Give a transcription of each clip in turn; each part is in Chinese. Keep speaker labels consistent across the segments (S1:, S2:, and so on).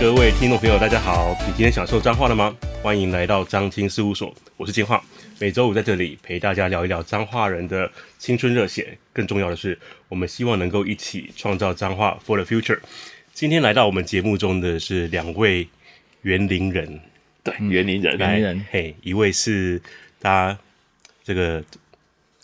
S1: 各位听众朋友，大家好！你今天享受彰化了吗？欢迎来到张青事务所，我是金化。每周五在这里陪大家聊一聊彰化人的青春热血，更重要的是，我们希望能够一起创造彰化 for the future。今天来到我们节目中的是两位园林人，
S2: 对，园林人，哎
S1: 来
S2: 来
S3: 嗯林人
S1: 嘿，一位是大家这个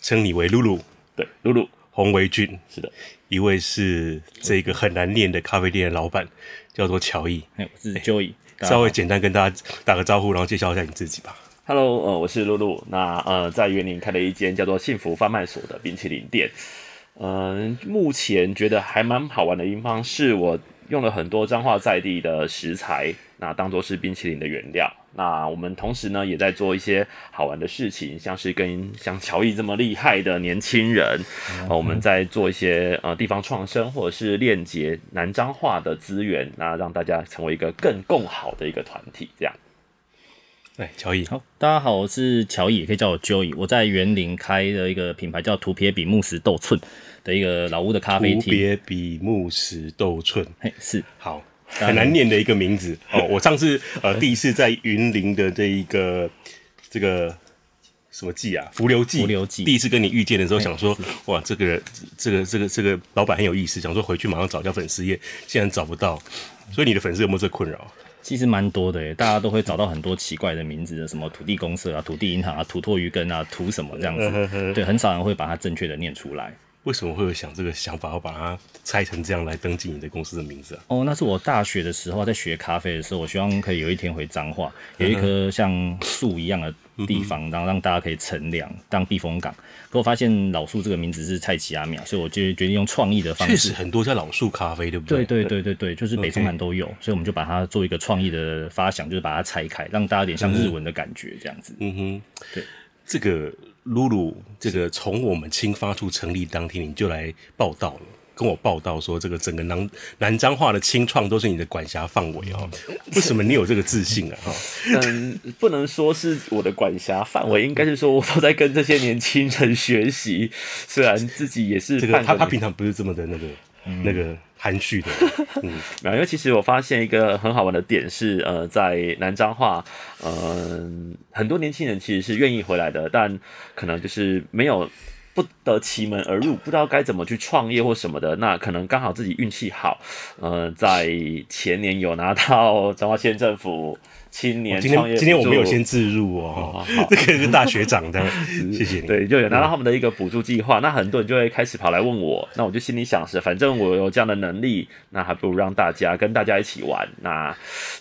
S1: 称你为露露
S2: 对，露露，
S1: 洪维俊，
S2: 是的，
S1: 一位是这个很难念的咖啡店的老板，叫做乔毅。
S3: 哎，我是 Joey，大家
S1: 稍
S3: 好
S1: 微简单跟大家打个招呼，然后介绍一下你自己吧。
S2: Hello，呃，我是露露。那呃，在园林开了一间叫做“幸福贩卖所”的冰淇淋店。嗯、目前觉得还蛮好玩的一方是我用了很多彰化在地的食材，那当做是冰淇淋的原料。那我们同时呢，也在做一些好玩的事情，像是跟像乔毅这么厉害的年轻人，呃，我们在做一些呃地方创生或者是链接南彰化的资源，那让大家成为一个更共好的一个团体，这样。
S1: 哎，乔伊，
S3: 好，大家好，我是乔毅，也可以叫我 Joey。我在园林开了一个品牌叫“图撇比慕斯豆寸”的一个老屋的咖啡
S1: 无
S3: 厅。
S1: 别比目石斗寸，
S3: 嘿，是
S1: 好，很难念的一个名字 哦。我上次呃第一次在云林的这一个这个什么记啊，浮流哎记，
S3: 浮流记
S1: 第一次跟你遇见的时候，想说哇，这个人这个这个这个老板很有意思，想说回去马上找一下粉丝页，竟然找不到。所以你的粉丝有没有这困扰？
S3: 其实蛮多的耶，大家都会找到很多奇怪的名字的，什么土地公社啊、土地银行啊、土托鱼羹啊、土什么这 样子。对，很少人会把它正确的念出来。
S1: 为什么会有想这个想法，要把它拆成这样来登记你的公司的名字啊？
S3: 哦，那是我大学的时候在学咖啡的时候，我希望可以有一天回彰化，有一棵像树一样的地方，然后让大家可以乘凉当避风港。可我发现老树这个名字是蔡奇阿苗，所以我就决定用创意的方
S1: 确
S3: 式
S1: 实。很多叫老树咖啡，对不
S3: 对
S1: 对？
S3: 对对对对，就是北中南都有所以我们就把它做一个创意的发想，就是把它拆开，让大家有点像日文的感觉这样子。
S1: 嗯哼，
S3: 对，
S1: 这个露露，这个从我们青发处成立当天你就来报道了。跟我报道说，这个整个南南彰化的清创都是你的管辖范围哦。为什么你有这个自 信啊？哈，
S2: 嗯，不能说是我的管辖范围，应该是说我都在跟这些年轻人学习，虽然自己也是
S1: 这个
S2: 半
S1: 他他
S2: 年
S1: 平常不是这么的那个、
S2: 嗯
S1: 那个含蓄的，嗯，
S2: 没有，因为其实我发现一个很好玩的点是，呃，在南彰化，嗯、很多年轻人其实是愿意回来的，但可能就是没有不得其门而入，不知道该怎么去创业或什么的。那可能刚好自己运气好，呃，在前年有拿到彰化县政府青年
S1: 哦今
S2: 创业
S1: 天今天我
S2: 补助
S1: 没有先自入 哦，
S2: 好
S1: 这个是大学长的， 谢谢你。
S2: 对，就有拿到他们的一个补助计划，那很多人就会开始跑来问我，那我就心里想是，反正我有这样的能力，那还不如让大家跟大家一起玩，那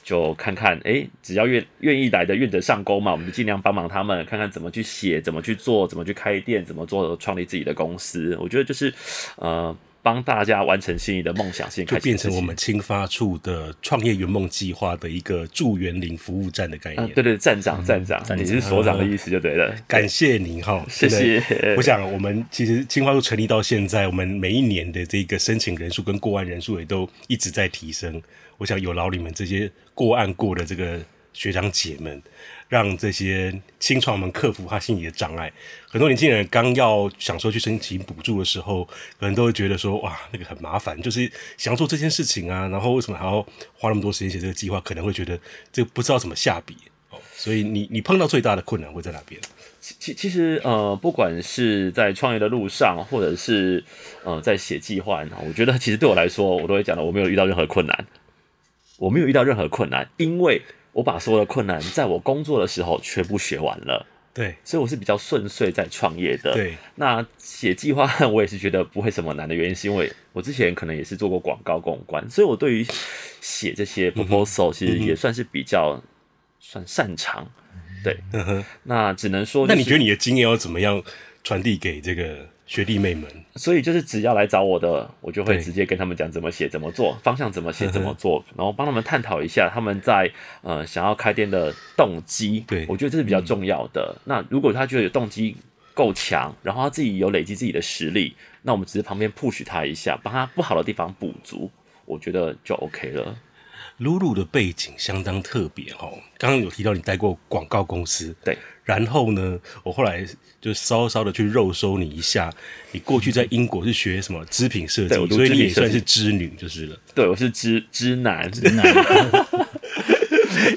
S2: 就看看，诶，只要愿愿意来的愿者上钩嘛，我们就尽量帮忙他们，看看怎么去写，怎么去做，怎么去开店，怎么做创立自己的公司。我觉得就是，呃，帮大家完成心里的梦想，先
S1: 就
S2: 开始
S1: 变
S2: 自
S1: 成
S2: 己
S1: 我们青发处的创业圆梦计划的一个助园林服务站的概
S2: 啊
S1: 念。，
S2: 对对，站长站长，
S3: 站
S2: 你
S3: 长
S2: 是所长的意思就对了。
S1: 感谢你哈，
S2: 谢谢
S1: 真的我想我们其实青花路成立到现在，我们每一年的这个申请人数跟过案人数也都一直在提升。我想有劳你们这些过案过的这个学长姐们，让这些青创们克服他心里的障碍。很多年轻人刚要想说去申请补助的时候，可能都会觉得说哇，那个很麻烦，就是想要做这件事情啊，然后为什么还要花那么多时间写这个计划？可能会觉得这不知道怎么下笔。哦，所以你你碰到最大的困难会在哪边？
S2: 其其实呃，不管是在创业的路上，或者是呃在写计划，我觉得其实对我来说，我都会讲的，我没有遇到任何困难，我没有遇到任何困难，因为我把所有的困难在我工作的时候全部学完了，
S1: 对
S2: 所以我是比较顺遂在创业的。
S1: 对，
S2: 那写计划案我也是觉得不会什么难的原因，是因为我之前可能也是做过广告公关，所以我对于写这些
S1: 嗯
S2: proposal 其实也算是比较算擅长。对，
S1: 嗯哼。
S2: 那只能说、
S1: 那
S2: 就
S1: 你
S2: 是，
S1: 觉得你的经验要怎么样传递给这个学弟妹们？
S2: 所以就是只要来找我的，我就会
S1: 对
S2: 直接跟他们讲怎么写、怎么做，方向怎么写、 怎么做，然后帮他们探讨一下他们在呃想要开店的动机。
S1: 对嗯
S2: 我觉得这是比较重要的。那如果他觉得有动机够强，然后他自己有累积自己的实力，那我们只是旁边 push 他一下，帮他不好的地方补足，我觉得就 OK 了。
S1: 露露的背景相当特别哦，刚刚有提到你待过广告公司，
S2: 对，
S1: 然后呢，我后来就稍稍的去肉搜你一下，你过去在英国是学什么织品设计
S2: 对我，读
S1: 所以
S2: 织
S1: 你
S2: 品
S1: 也算
S2: 设计
S1: 是织女就是了。
S2: 对我是知知男，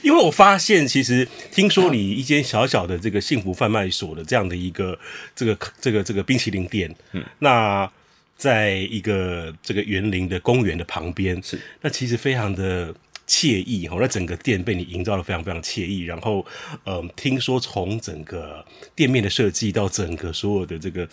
S1: 因为我发现，其实听说你一间小小的这个幸福贩卖所的这样的一个这个这个这个冰淇淋店，嗯，那在一个这个园林的公园的旁边，
S2: 是
S1: 那其实非常的惬意哦哈，那整个店被你营造的非常非常惬意。然后，嗯，听说从整个店面的设计到整个所有的这个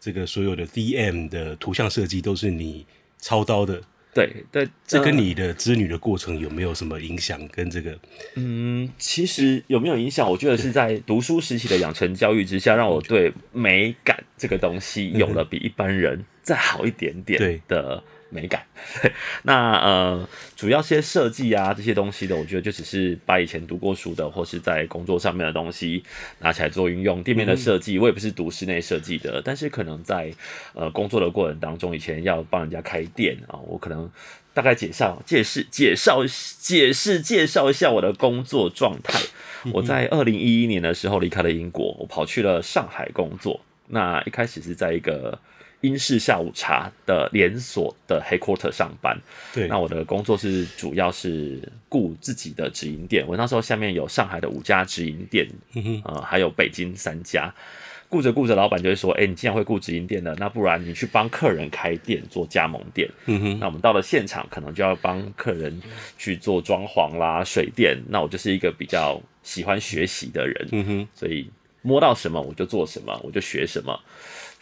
S1: 这个所有的 DM 的图像设计都是你操刀的。
S2: 对对，
S1: 这
S2: 跟
S1: 跟
S2: 你。
S1: 你的织女的过程有没有什么影响？跟这个
S2: 嗯，其实有没有影响？我觉得是在读书时期的养成教育之下，让我对美感这个东西有了比一般人再好一点点
S1: 对
S2: 的美感。那呃，主要些设计啊这些东西的，我觉得就只是把以前读过书的或是在工作上面的东西拿起来做运用。店面的设计，我也不是读室内设计的，但是可能在呃工作的过程当中，以前要帮人家开店啊、我可能大概介绍、介释、介绍、解释、介绍一下我的工作状态。我在二零一一年的时候离开了英国，我跑去了上海工作。那一开始是在一个英式下午茶的连锁的 headquarter 上班，
S1: 对
S2: 那我的工作是主要是雇自己的直营店，我那时候下面有上海的五家直营店，呃，还有北京三家。顾着顾着，老板就会说：“哎、你既然会顾直营店的，那不然你去帮客人开店做加盟店。”嗯哼，那我们到了现场，可能就要帮客人去做装潢啦、水电。那我就是一个比较喜欢学习的人，嗯哼，所以摸到什么我就做什么，我就学什么。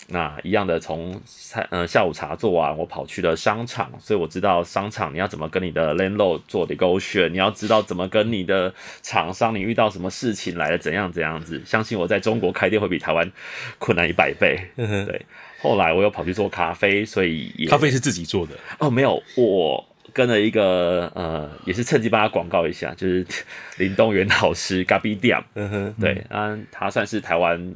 S2: 那一样的从餐呃下午茶做完，我跑去了商场，所以我知道商场你要怎么跟你的 landlord 做 negotiation，你要知道怎么跟你的厂商，你遇到什么事情来了怎样怎样子。相信我在中国开店会比台湾困难一百倍。对，后来我又跑去做咖啡，所以也
S1: 咖啡是自己做的，
S2: 哦，没有，我跟了一个呃，也是趁机帮他广告一下，就是 林东元老师咖啡店，
S1: 嗯哼，
S2: 对，啊，他算是台湾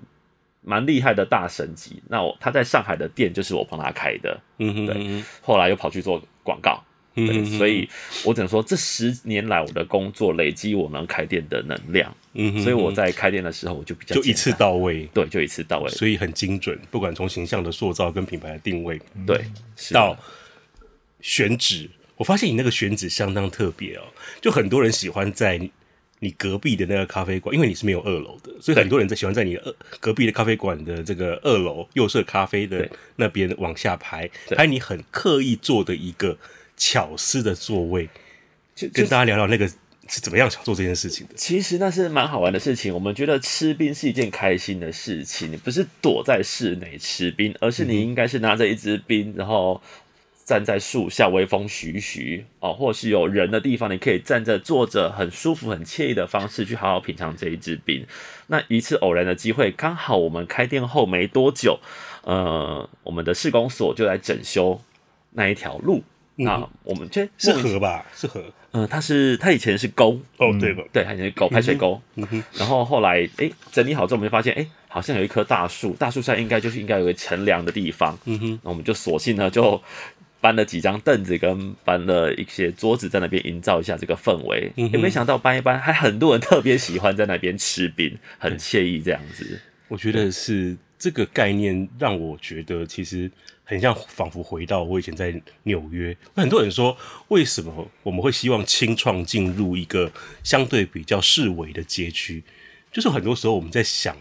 S2: 蛮厉害的大神级。那我他在上海的店就是我帮他开的，
S1: 嗯哼，
S2: 对
S1: 嗯
S2: 后来又跑去做广告，
S1: 哼，
S2: 对，
S1: 嗯哼
S2: 所，以我只能说这十年来我的工作累积我能开店的能量，
S1: 嗯哼，
S2: 所以我在开店的时候我就比较
S1: 就一
S2: 简
S1: 次
S2: 单，
S1: 到位，
S2: 对，就一次到位，
S1: 所以很精准，不管从形象的塑造跟品牌的定位
S2: 对，是的
S1: 到选址，我发现你那个选址相当特别哦，就很多人喜欢在。你隔壁的那个咖啡馆，因为你是没有二楼的，所以很多人在喜欢在你的二隔壁的咖啡馆的这个二楼右舍咖啡的
S2: 对
S1: 那边往下排，
S2: 对
S1: 拍你很刻意做的一个巧思的座位，
S2: 就就
S1: 跟大家聊聊那个是怎么样想做这件事情的。
S2: 其实那是蛮好玩的事情。我们觉得吃冰是一件开心的事情，你不是躲在室内吃冰，而是你应该是拿着一支冰，然后站在树下，微风徐徐哦，或是有人的地方，你可以站着、坐着，很舒服、很惬意的方式去好好品尝这一支冰。那一次偶然的机会，刚好我们开店后没多久，呃，我们的市公所就来整修那一条路。那我们这
S1: 是，河吧？是河
S2: 嗯、呃，它是它以前是啊沟，
S1: 哦，对吧？
S2: 对，它以前是沟排水沟。然后后来，哎，整理好之后，我们就发现，哎，好像有一棵大树，大树上应该就是应该有个乘凉的地方。嗯哼，那我们就索性呢就。搬了几张凳子，跟搬了一些桌子，在那边营造一下这个氛围。也、没想到搬一搬，还很多人特别喜欢在那边吃饼，很惬意这样子。
S1: 我觉得是这个概念让我觉得其实很像，仿佛回到我以前在纽约。很多人说，为什么我们会希望清创进入一个相对比较市委的街区？就是很多时候我们在想。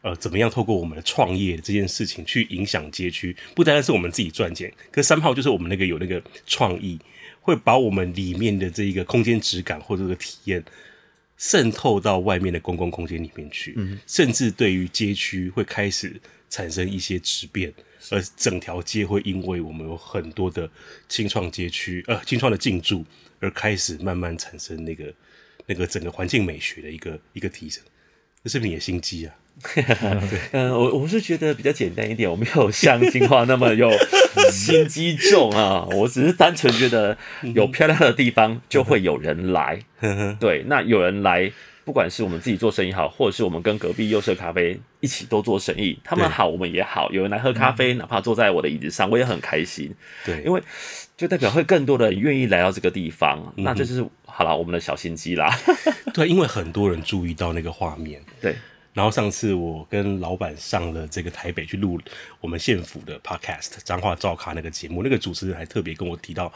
S1: 呃，怎么样透过我们的创业这件事情去影响街区？不单单是我们自己赚钱，可三号就是我们那个有那个创意，会把我们里面的这一个空间质感或者这个体验渗透到外面的公共空间里面去，
S2: 嗯
S1: 甚至对于街区会开始产生一些质变，而整条街会因为我们有很多的清创街区，呃，清创的进驻，而开始慢慢产生那个那个整个环境美学的一个一个提升，这是不是你的心机啊？
S2: 嗯，我我是觉得比较简单一点，我没有像金花那么有心机重啊，我只是单纯觉得有漂亮的地方就会有人来，对，那有人来，不管是我们自己做生意好，或者是我们跟隔壁右舍咖啡一起都做生意，他们
S1: 对
S2: 好我们也好，有人来喝咖啡，哪怕坐在我的椅子上，我也很开心，
S1: 对，
S2: 因为就代表会更多的人愿意来到这个地方，那这就是好了我们的小心机啦，
S1: 啊对，因为很多人注意到那个画面，
S2: 对
S1: 然后上次我跟老板上了这个台北去录我们县府的 podcast《彰化照咖》那个节目，那个主持人还特别跟我提到，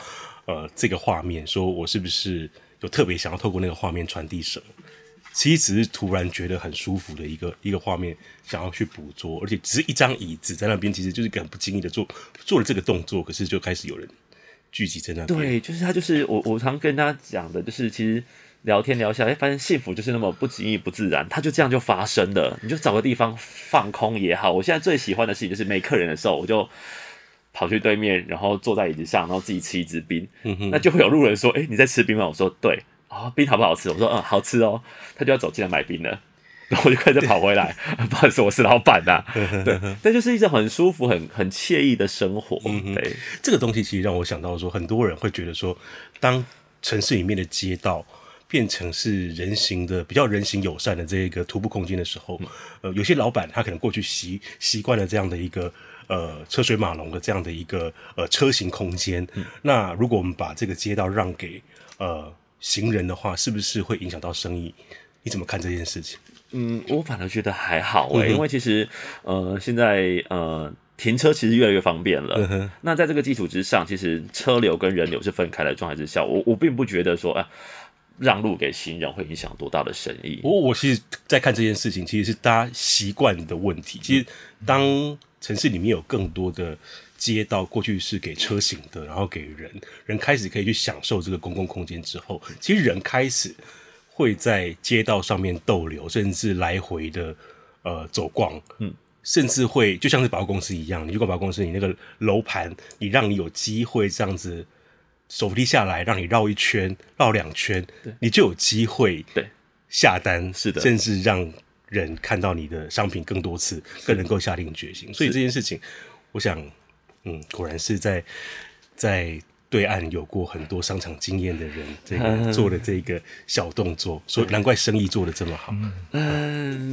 S1: 呃，这个画面，说我是不是有特别想要透过那个画面传递什么？其实只是突然觉得很舒服的一个 一个画面，想要去捕捉，而且只是一张椅子在那边，其实就是一个很不经意的做做了这个动作，可是就开始有人聚集在那边。
S2: 对，就是他，就是我，我常跟他讲的，就是其实聊天聊下来，发现幸福就是那么不经意、不自然，它就这样就发生了。你就找个地方放空也好。我现在最喜欢的事情就是没客人的时候，我就跑去对面，然后坐在椅子上，然后自己吃一支冰。那就会有路人说：“哎、你在吃冰吗？”我说：“对。”啊，冰好不好吃？我说：“嗯，好吃哦。”他就要走进来买冰了。然后我就开始跑回来， 不好意思，我是老板呐、对，但就是一种很舒服、很很惬意的生活。对，
S1: 这个东西其实让我想到说，很多人会觉得说，当城市里面的街道变成是人行的、比较人行友善的这个徒步空间的时候，呃，有些老板他可能过去习习惯了这样的一个。呃，车水马龙的这样的一个呃车行空间，那如果我们把这个街道让给呃行人的话，是不是会影响到生意？你怎么看这件事情？
S2: 嗯，我反而觉得还好
S1: 嗯
S2: 哎、因为其实呃，现在呃，停车其实越来越方便
S1: 嗯
S2: 了。那在这个基础之上，其实车流跟人流是分开的状态之下，我我并不觉得说啊、让路给行人会影响多大的生意。
S1: 我我其实，在看这件事情，其实是大家习惯的问题。其实，当城市里面有更多的街道，过去是给车行的，然后给人，人开始可以去享受这个公共空间之后，其实人开始会在街道上面逗留，甚至来回的呃走逛，嗯。甚至会就像是百货公司一样，你去逛百货公司，你那个楼盘，你让你有机会这样子手扶梯下来，让你绕一圈、绕两圈，你就有机会
S2: 对
S1: 下单，
S2: 是的
S1: 甚至让人看到你的商品更多次，更能够下定决心。所以这件事情，我想，嗯，果然是在在对岸有过很多商场经验的人，这个做的这个小动作，所以难怪生意做的这么好。
S2: 嗯，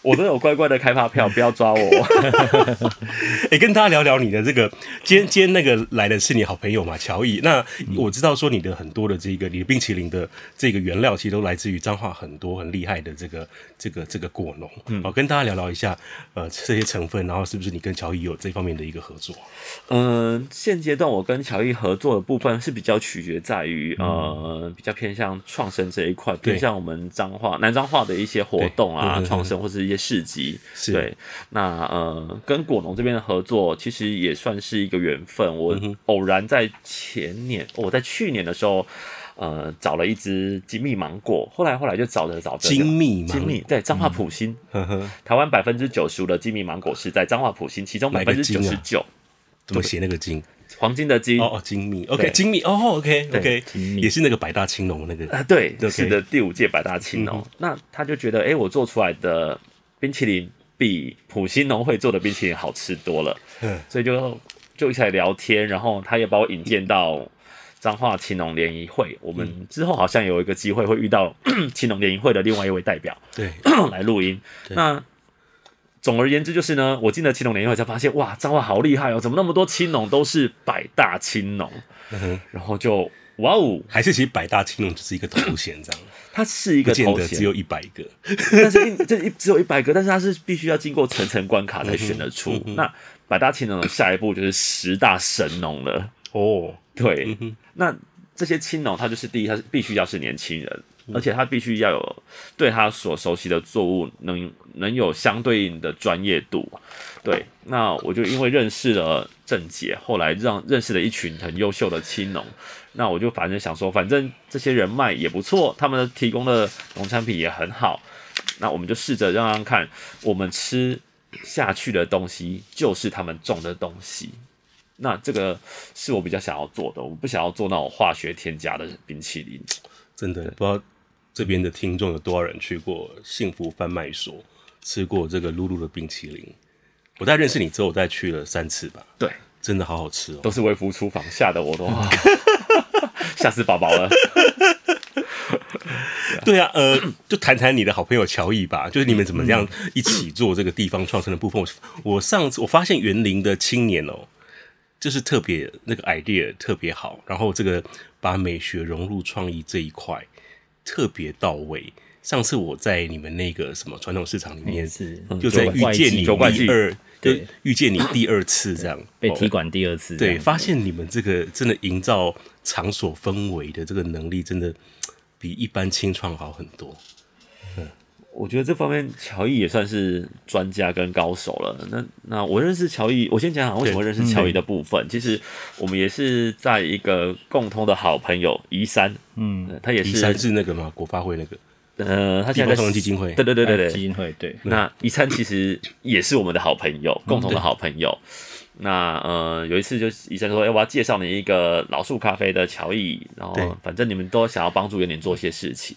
S2: 我都有乖乖的开发票，不要抓我。
S1: 哎、跟大家聊聊你的这个，今天今天那个来的是你好朋友嘛，乔毅。那我知道说你的很多的这个，你的冰淇淋的这个原料，其实都来自于彰化很多很厉害的这个这个这个果农。好、跟大家聊聊一下，呃，这些成分，然后是不是你跟乔毅有这方面的一个合作？
S2: 嗯，现阶段我跟乔伊合作的部分是比较取决在于、呃，
S1: 嗯
S2: 比较偏向创生这一块，偏向我们彰化南彰化的一些活动啊
S1: 对嗯，
S2: 创生或是一些市集。
S1: 是
S2: 对，那呃，跟果农这边的合作其实也算是一个缘分。
S1: 嗯
S2: 我偶然在前年，我在去年的时候。呃，找了一只金蜜芒果，后来后来就找着找着
S1: 精密嗯嘛，
S2: 金蜜，对，彰化普星，台湾百分之九十五的金蜜芒果是在彰化普星，其中
S1: 哪
S2: 百
S1: 个
S2: 分之九
S1: 金
S2: 十
S1: 啊
S2: 九
S1: 怎么写那个金？
S2: 黄金的金
S1: 哦哦，精密，OK，
S2: 对
S1: 精密，哦，OK
S2: 对
S1: OK，
S3: 精密
S1: 也是那个百大青龙的那个，
S2: 啊，对，
S1: OK 嗯
S2: 是的，第五届百大青农，那他就觉得，哎、我做出来的冰淇淋比普星农会做的冰淇淋好吃多了，
S1: 嗯
S2: 所以就就一起来聊天，然后他也把我引荐到彰化青农联谊
S1: 嗯
S2: 会，我们之后好像有一个机会会遇到青农联谊会的另外一位 代表
S1: 对，
S2: 来录音，那。总而言之，就是呢，我进了青农联谊会才发现，哇，彰化好厉害哦！怎么那么多青农都是百大青农？
S1: 嗯
S2: 然后就哇哦，
S1: 还是其实百大青龙只是一个头衔，这样，
S2: 它是一
S1: 不
S2: 个
S1: 见
S2: 头
S1: 得
S2: 衔，
S1: 只有一百个。
S2: 但是一这一只有一百个，但是它是必须要经过层层关卡才选得出。
S1: 嗯
S2: 那百大青农的下一步就是十大神农了。
S1: 哦，
S2: 对，那这些青农他就是第一，他是必须要是年轻人，而且他必须要有对他所熟悉的作物能能有相对应的专业度。对，那我就因为认识了郑姐，后来让认识了一群很优秀的青农，那我就反正想说，反正这些人脉也不错，他们提供的农产品也很好，那我们就试着让让看我们吃下去的东西就是他们种的东西。那这个是我比较想要做的，我不想要做那种化学添加的冰淇淋。
S1: 真的不知道这边的听众有多少人去过幸福贩卖所吃过这个露露的冰淇淋。我在认识你之后，我再去了三次吧，
S2: 对，
S1: 真的好好吃哦。
S2: 都是微服出房，吓得我都 吓死宝宝了。
S1: 对啊，呃， 就谈谈你的好朋友乔毅吧，就是你们怎么样一起做这个地方创生的部分。我我上次我发现园林的青年哦，就是特别那个 idea 特别好，然后这个把美学融入创意这一块特别到位。上次我在你们那个什么传统市场里面，
S3: 是
S1: 就在遇见你
S2: 九怪记
S1: 第二，就
S3: 对
S1: 遇见你第二次这样
S3: 被
S1: 哦
S3: 踢馆第二次这样
S1: 对，
S3: 子，
S1: 发现你们这个真的营造场所氛围的这个能力，真的比一般清创好很多。
S2: 我觉得这方面乔伊也算是专家跟高手了。那那我认识乔伊，我先讲啊讲为什么会认识乔伊
S1: 嗯
S2: 的部分。其实我们也是在一个共同的好朋友宜山，嗯、他也
S1: 第
S2: 是
S1: 三是那个嘛，国发会那个，
S2: 呃，他
S1: 地
S2: 现
S1: 方
S2: 在
S1: 创生
S2: 在
S1: 基金会
S2: 对对对对对，
S3: 基金会对，
S2: 那一餐其实也是我们的好朋友，共同的好朋友。那呃，有一次就是医生说，哎、我要介绍你一个老树咖啡的乔伊，然
S1: 对
S2: 后反正你们都想要帮助园林做些事情。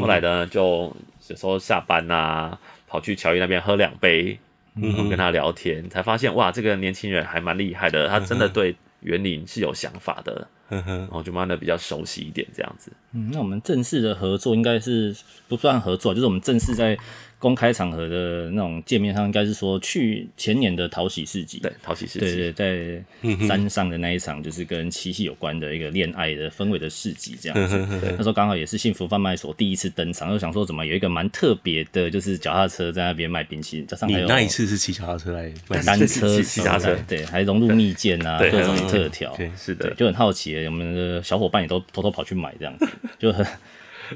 S2: 后来呢，就有时候下班呐、跑去乔伊那边喝两杯，然后跟他聊天，才发现哇，这个年轻人还蛮厉害的，他真的对园林是有想法的，
S1: 呵呵
S2: 然，后就慢慢的比较熟悉一点这样子。
S3: 嗯，那我们正式的合作应该是不算合作，就是我们正式在公开场合的那种见面上，应该是说去前年的讨喜市集，
S2: 对，讨喜是
S3: 对对，在山上的那一场，就是跟七夕有关的一个恋爱的氛围的市集这样子。
S2: 嗯
S3: 那时候刚好也是幸福贩卖所第一次登场，就想说怎么有一个蛮特别的，就是脚踏车在那边卖冰淇淋，加上
S1: 你
S3: 还有
S1: 那一次是骑脚踏车来卖
S3: 单
S2: 这
S3: 车
S2: 是骑脚踏车
S3: 对，还融入蜜饯啊，
S2: 对嗯
S3: 各种
S2: 还有
S3: 特调。
S1: 对
S2: 是
S3: 对，
S2: 的，
S3: 就很好奇，我们的小伙伴也都偷偷跑去买这样 子，就很，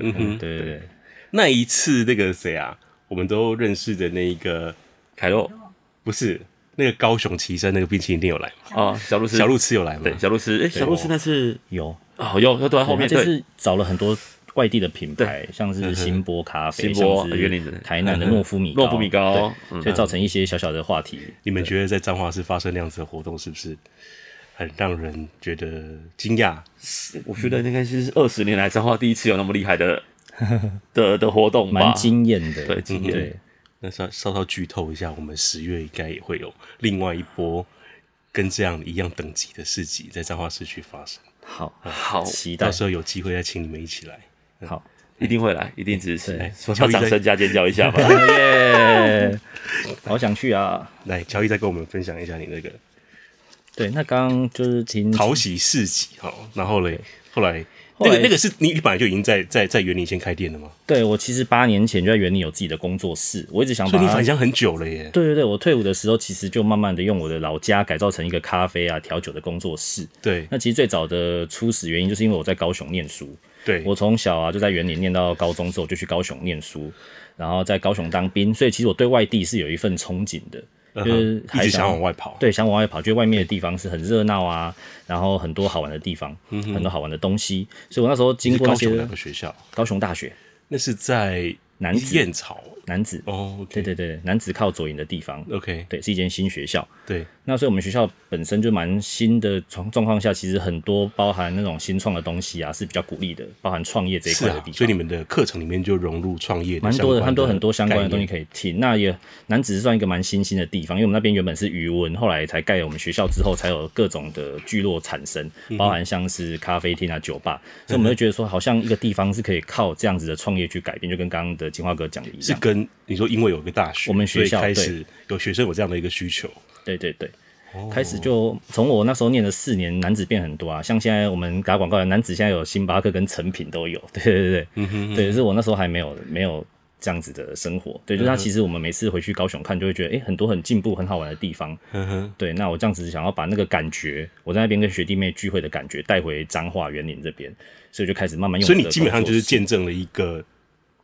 S3: 嗯对对对，
S1: 那一次那个谁啊，我们都认识的那一个，
S2: 凯洛
S1: 不是那个高雄旗山那个冰淇淋店有来吗？
S2: 哦，小露丝，
S1: 小路痴有来吗？
S2: 对，小露丝，哎、小露丝那是
S3: 有
S2: 哦，又又躲在后面，
S3: 这
S2: 对，嗯
S3: 次找了很多外地的品牌，像是新波咖啡，
S2: 新波
S3: 像是
S2: 园林的嗯
S3: 台南的诺夫米
S2: 诺夫米糕嗯
S3: 对所以造成一些小小的话题。
S1: 你们觉得在彰化市发生那样子的活动，是不是很让人觉得惊讶？
S2: 我觉得应该是二十年来彰化第一次有那么厉害 的的的活动吧，
S3: 蛮惊艳的，
S2: 对惊艳
S3: 对
S1: 那稍稍稍剧透一下，我们十月应该也会有另外一波跟这样一样等级的市集在彰化市区发生，
S3: 好，
S2: 好，
S3: 期待
S1: 到，时候有机会再请你们一起来。
S3: 好，
S2: 一定会来，一定支持
S3: 对，
S2: 说要掌声加尖叫一下吧，
S3: 耶， 好想去啊！
S1: 来，乔伊再跟我们分享一下你那个
S3: 对，那刚刚就是听
S1: 讨喜市集哈，然后嘞，后来
S3: 后
S1: 那
S3: 来
S1: 个那个是你你本来就已经在在在园林先开店了吗？
S3: 对我其实八年前就在园里有自己的工作室，我一直想
S1: 所
S3: 把
S1: 以你
S3: 它
S1: 返。乡很久了耶。
S3: 对对对，我退伍的时候，其实就慢慢的用我的老家改造成一个咖啡啊调酒的工作室。
S1: 对
S3: 那其实最早的初始原因，就是因为我在高雄念书，
S1: 对，
S3: 我从小啊就在园林念到高中之后，就去高雄念书，然后在高雄当兵，所以其实我对外地是有一份憧憬的，
S1: 嗯
S3: 就
S1: 哼
S3: 是
S1: 一
S3: 还
S1: 直想往外跑。
S3: 对，想往外跑，觉得外面的地方是很热闹啊，然后很多好玩的地方，很多好玩的东西。所以我那时候
S1: 嗯你
S3: 经
S1: 是
S3: 过那
S1: 高
S3: 些
S1: 雄哪个学校？
S3: 高雄大学
S1: 那是在
S3: 南子
S1: 燕巢
S3: 男子，
S1: 哦，OK，哦
S3: 对对对，男子靠左营的地方，
S1: ，OK，
S3: 对，是一间新学校。
S1: 对，
S3: 那所以我们学校本身就蛮新的状状况下，其实很多包含那种新创的东西啊，是比较鼓励的，包含创业这一
S1: 是
S3: 块的
S1: 啊
S3: 地方。，
S1: 所以你们的课程里面就融入创业的
S3: 蛮多的，
S1: 相关的，
S3: 他们都很多相关的东西
S1: 概
S3: 可以听。那也南子是算一个蛮新兴的地方，因为我们那边原本是渔文，后来才盖了我们学校之后，才有各种的聚落产生，
S1: 嗯
S3: 包含像是咖啡厅啊、酒吧，所以我们会觉得说，好像一个地方是可以靠这样子的创业去改变，就跟刚刚的金花哥讲的一
S1: 念。是
S3: 样。
S1: 跟你说，因为有一个大学，
S3: 我们学校
S1: 所以开始有学生有这样的一个需求，
S3: 对对对。
S1: 哦
S3: 开始就从我那时候念了四年，男子变很多啊，像现在我们打广告的男子现在有星巴克跟成品都有， 对对对，嗯哼对，是我那时候还没有没有这样子的生活，对，
S1: 嗯
S3: 就是他其实我们每次回去高雄看，就会觉得诶很多很进步很好玩的地方，
S1: 呵呵，
S3: 对，那我这样子想要把那个感觉，我在那边跟学弟妹聚会的感觉带回彰化园林这边，所以就开始慢慢用我
S1: 所
S3: 的
S1: 以
S3: 工
S1: 你
S3: 作室。
S1: 基本上就是见证了一个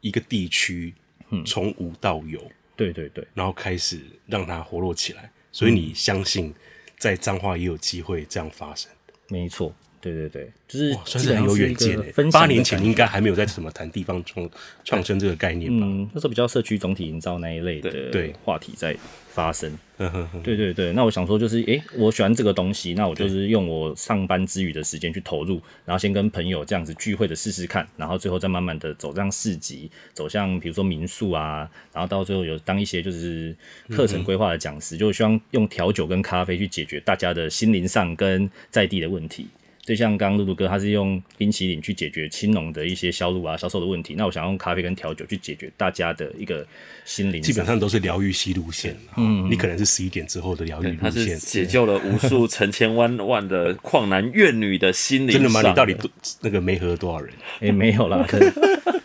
S1: 一个地区
S3: 嗯
S1: 从无到有，
S3: 对对对
S1: 然后开始让它活络起
S3: 嗯
S1: 来，所以你相信在彰化也有机会这样发生，
S3: 没错，对对对，就是
S1: 哇，算
S3: 基
S1: 是
S3: 本
S1: 很
S3: 上
S1: 有
S3: 是一
S1: 远
S3: 个
S1: 见诶欸
S3: 分。享
S1: 八
S3: 的
S1: 年
S3: 感
S1: 前
S3: 觉
S1: 应该还没有在什么谈地方创创生这个概念吧？
S3: 嗯，那时候比较社区总体营造那一类的
S1: 对
S3: 话题在发生。
S1: 呵呵呵，
S3: 对对对，那我想说就是，诶，我喜欢这个东西，那我就是用我上班之余的时间去投入，然后先跟朋友这样子聚会的试试看，然后最后再慢慢的走向市集，走向比如说民宿啊，然后到最后有当一些就是课程规划的讲师，就希望用调酒跟咖啡去解决大家的心灵上跟在地的问题。就像刚刚露露哥，他是用冰淇淋去解决青农的一些销路啊、销售的问题。那我想用咖啡跟调酒去解决大家的一个心灵。
S1: 基本上都是疗愈系路线，嗯，你可能是十一点之后的疗愈
S2: 他
S1: 路
S2: 是
S1: 线，
S2: 解救了无 数成千万万的旷男怨女的心灵
S1: 真
S2: 上，
S1: 的吗？你到底多那个没合多少人？
S3: 哎也、没有啦，可是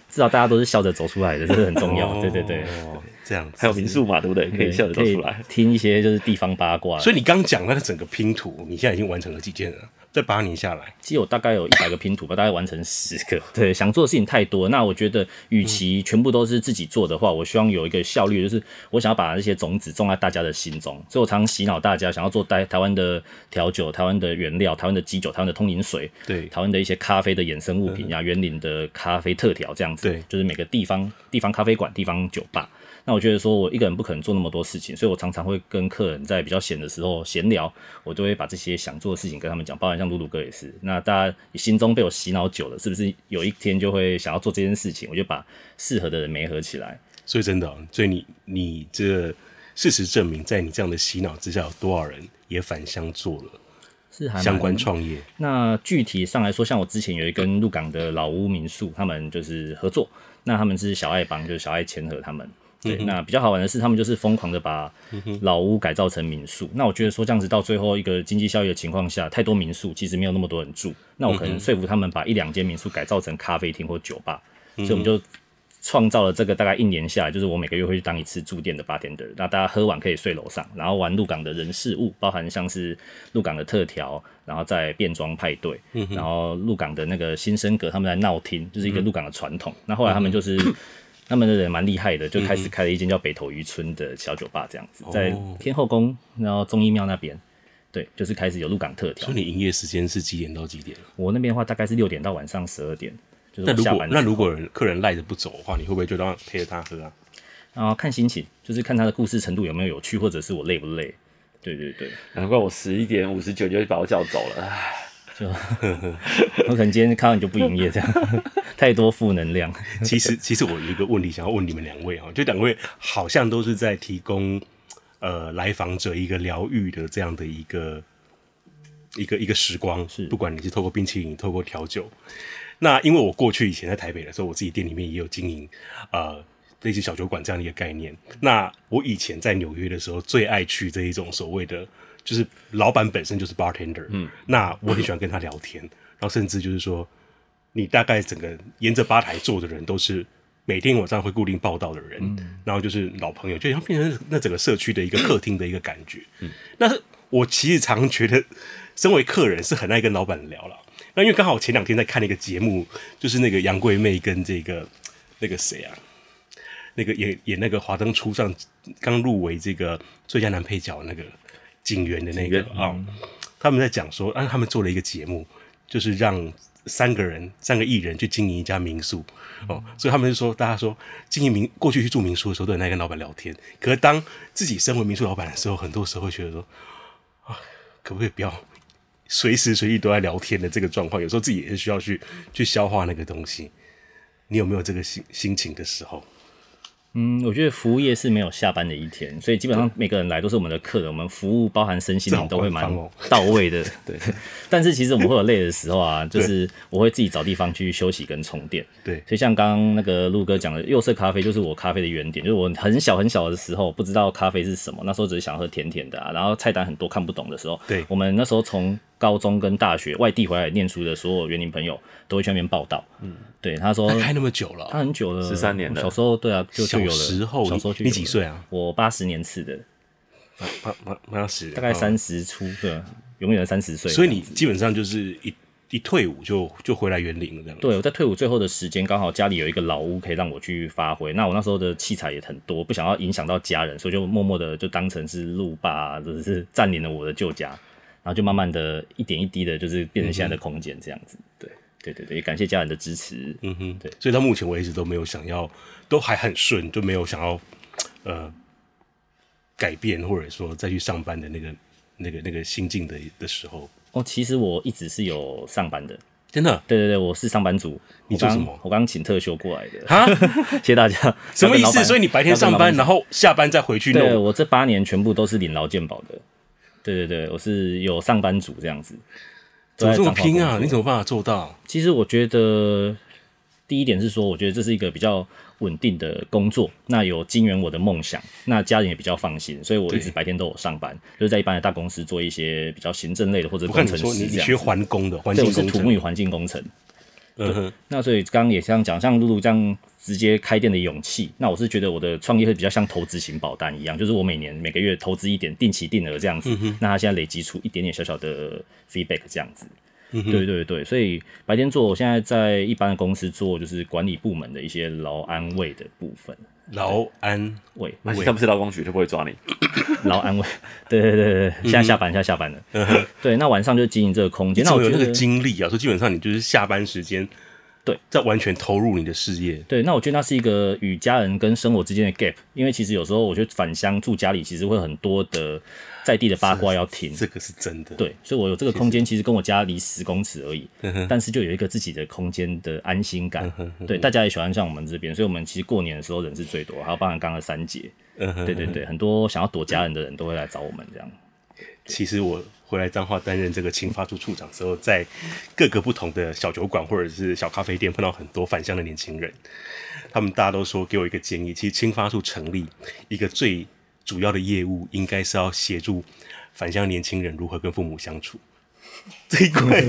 S3: 至少大家都是笑着走出来的，这是很重要。对对对，
S1: 哦，这样子
S2: 还有民。宿嘛，对不对？可以笑着走
S3: 对
S2: 出来。
S3: 听一些就是地方八卦。
S1: 所以你刚讲那个整个拼图，你现在已经完成了几件了？这八年下来，
S3: 其实我大概有一百个拼图吧，大概完成十个。对，想做的事情太多，那我觉得与
S2: 嗯
S3: 其全部都是自己做的话，我希望有一个效率，就是我想要把那些种子种在大家的心中。所以我常洗脑大家，想要做台台湾的调酒、台湾的原料、台湾的基酒、台湾的通灵水、
S1: 对
S3: 台湾的一些咖啡的衍生物品啊，园林的咖啡特调这样
S1: 嗯
S3: 子。
S1: 对
S3: 就是每个地方地方咖啡馆、地方酒吧。那我觉得说，我一个人不可能做那么多事情，所以我常常会跟客人在比较闲的时候闲聊，我都会把这些想做的事情跟他们讲，包含像露露哥也是。那大家心中被我洗脑久了，是不是有一天就会想要做这件事情？我就把适合的人媒合起来。
S1: 所以真的哦、所以你你这事实证明，在你这样的洗脑之下，有多少人也返乡做了
S3: 是还蛮
S1: 相关创业？
S3: 那具体上来说，像我之前有一跟鹿港的老屋民宿，他们就是合作，那他们是小爱帮，就是小爱签合他们。对，那比较好玩的是，他们就是疯狂的把老屋改造成民宿。那我觉得说这样子到最后一个经济效益的情况下，太多民宿其实没有那么多人住，那我可能说服他们把一两间民宿改造成咖啡厅或酒吧，所
S1: 嗯
S3: 以我们就创造了这个大概一年下来，就是我每个月会去当一次驻店的 bartender，那大家喝完可以睡楼上，然后玩鹿港的人事物，包含像是鹿港的特调，然后在变装派对，
S1: 嗯
S3: 然后鹿港的那个新生阁他们在闹厅，就是一个鹿港的传
S1: 嗯
S3: 统。那后来他 们就是。他们的人蛮厉害的，就开始开了一间叫北投渔村的小酒吧，这样
S1: 哦
S3: 子，在天后宫，然后忠义庙那边，对，就是开始有鹿港特调
S1: 所。以你营业时间是几点到几点？
S3: 我那边的话大概是六点到晚上十二点，就是
S1: 那
S3: 我
S1: 如
S3: 下
S1: 果
S3: 班之
S1: 那
S3: 后
S1: 如果有人客人赖着不走的话，你会不会就让陪着他喝啊？
S3: 然后看心情，就是看他的故事程度有没有有趣，或者是我累不累。对对对，
S2: 难怪我十一点五十九就把我叫走了。唉
S3: 我可能今天看到你就不营业，这样太多负能量。
S1: 其实，其实我有一个问题想要问你们两位啊，就两位好像都是在提供呃来访者一个疗愈的这样的一个一个一个时光，
S3: 是
S1: 不管你是透过冰淇淋，透过调酒。那因为我过去以前在台北的时候，我自己店里面也有经营呃类似小酒馆这样的一个概念。那我以前在纽约的时候，最爱去这一种所谓的就是老板本身就是 bartender，嗯，那我很喜欢跟他聊天，然后甚至就是说。你大概整个沿着吧台坐的人都是每天晚上会固定报道的人，然后就是老朋友，就像变成那整个社区的一个客厅的一个感觉。那是我其实常觉得，身为客人是很爱跟老板聊了。那因为刚好前两天在看那个节目，就是那个杨贵妹跟这个那个谁啊，那个演演那个《华灯初上》刚入围这个最佳男配角那个警员的那个啊、哦他们在讲说，啊，他们做了一个节目，就是让三个人三个艺人去经营一家民宿哦，所以他们就说，大家说经营民过去去住民宿的时候都很爱跟老板聊天，可是当自己身为民宿老板的时候，很多时候会觉得说，啊，可不可以不要随时随地都在聊天的这个状况？有时候自己也是需要去去消化那个东西。你有没有这个心心情的时候？
S3: 嗯，我觉得服务业是没有下班的一天，所以基本上每个人来都是我们的客人，我们服务包含身心灵都会蛮
S1: 这好哦官
S3: 到 位的。对， 但是其实我们会有累的时候啊，就是我会自己找地方去休息跟充电。
S1: 对
S3: 所以像刚刚那个陆哥讲的，釉色咖啡就是我咖啡的原点，就是我很小很小的时候不知道咖啡是什么，那时候只是想喝甜甜的啊，然后菜单很多看不懂的时候，
S1: 对
S3: 我们那时候从高中跟大学外地回来念书的所有园林朋友都会去那边报道，嗯，对，他说
S1: 他开那么久了哦、
S3: 他很久了，
S2: 13年了
S3: 小时候对啊，就就有了。
S1: 小时候
S3: 小时候就
S1: 你你
S3: 有了
S1: 几岁啊？
S3: 我八十年次的，
S1: 马马马上十，
S3: 大概
S1: 哦
S3: 三十出，对啊，永远的三十岁。
S1: 所以你基本上就是一一退伍就就回来园林了，这样。
S3: 对我在退伍最后的时间，刚好家里有一个老屋可以让我去发挥。那我那时候的器材也很多，不想要影响到家人，所以就默默的就当成是路霸啊，或者是占领了我的旧家，然后就慢慢的一点一滴的，就是变成现在的空间这样子。对，对对对，也感谢家人的支持。
S1: 嗯哼，
S3: 对
S1: 所以到目前为止都没有想要，都还很顺，就没有想要呃改变或者说再去上班的那个那个那个心境的的时候，
S3: 哦，其实我一直是有上班的，
S1: 真 的
S3: 对对对，我是上班族。
S1: 你
S3: 我
S1: 做
S3: 刚
S1: 什么
S3: 我刚请特休过来的。
S1: 啊？
S3: 谢谢大家。
S1: 什么意
S3: 老板
S1: 思？所以你白天上班，然后下班再回去
S3: 对
S1: 弄，
S3: 我这八年全部都是领劳健保的。对对对，我是有上班族这样子。
S1: 怎么这么拼啊？
S3: 都在彰化工作
S1: 你怎么办法做到？
S3: 其实我觉得第一点是说，我觉得这是一个比较稳定的工作，那有金援我的梦想，那家人也比较放心，所以我一直
S1: 对
S3: 白天都有上班，就是在一般的大公司做一些比较行政类的或者
S1: 我看
S3: 工
S1: 你
S3: 程
S1: 说你
S3: 师
S1: 你
S3: 这
S1: 学
S3: 样子。
S1: 环工的，环境
S3: 对，我是
S1: 工
S3: 土木与
S1: 程，
S3: 环境工程。
S1: 嗯哼，
S3: 那所以刚刚也像讲，像露露这样直接开店的勇气，那我是觉得我的创业会比较像投资型保单一样，就是我每年每个月投资一点，定期定额这样子。
S1: 嗯
S3: 那他现在累积出一点点小小的 feedback 这样子。
S1: 嗯
S3: 对对对，所以白天做，我现在在一般的公司做就是管理部门的一些劳安卫的部分，
S1: 劳安
S3: 卫
S2: 那他不是劳工局就不会抓你。
S3: 劳安卫，对对对对，对现在下班，现在下班了。
S1: 嗯
S3: 对，那晚上就经营这个空间，那我
S1: 有
S3: 觉
S1: 那
S3: 得
S1: 个精力啊，所以基本上你就是下班时间，
S3: 对，
S1: 在完全投入你的事业，
S3: 对，那我觉得那是一个与家人跟生活之间的 gap，因为其实有时候我觉得返乡住家里，其实会很多的在地的八卦要听。
S1: 这个是真的。
S3: 对，所以我有这个空间，其实跟我家离十公尺而已，
S1: 嗯
S3: 但是就有一个自己的空间的安心感。对，大家也喜欢像我们这边，所以我们其实过年的时候人是最多，还有包含刚刚的三节，
S1: 嗯哼，
S3: 对对对，很多想要躲家人的人都会来找我们这样。
S1: 其实我回来彰化担任这个青发处处长之后，在各个不同的小酒馆或者是小咖啡店碰到很多返乡的年轻人，他们大家都说给我一个建议，其实青发处成立一个最主要的业务，应该是要协助返乡年轻人如何跟父母相处这一块。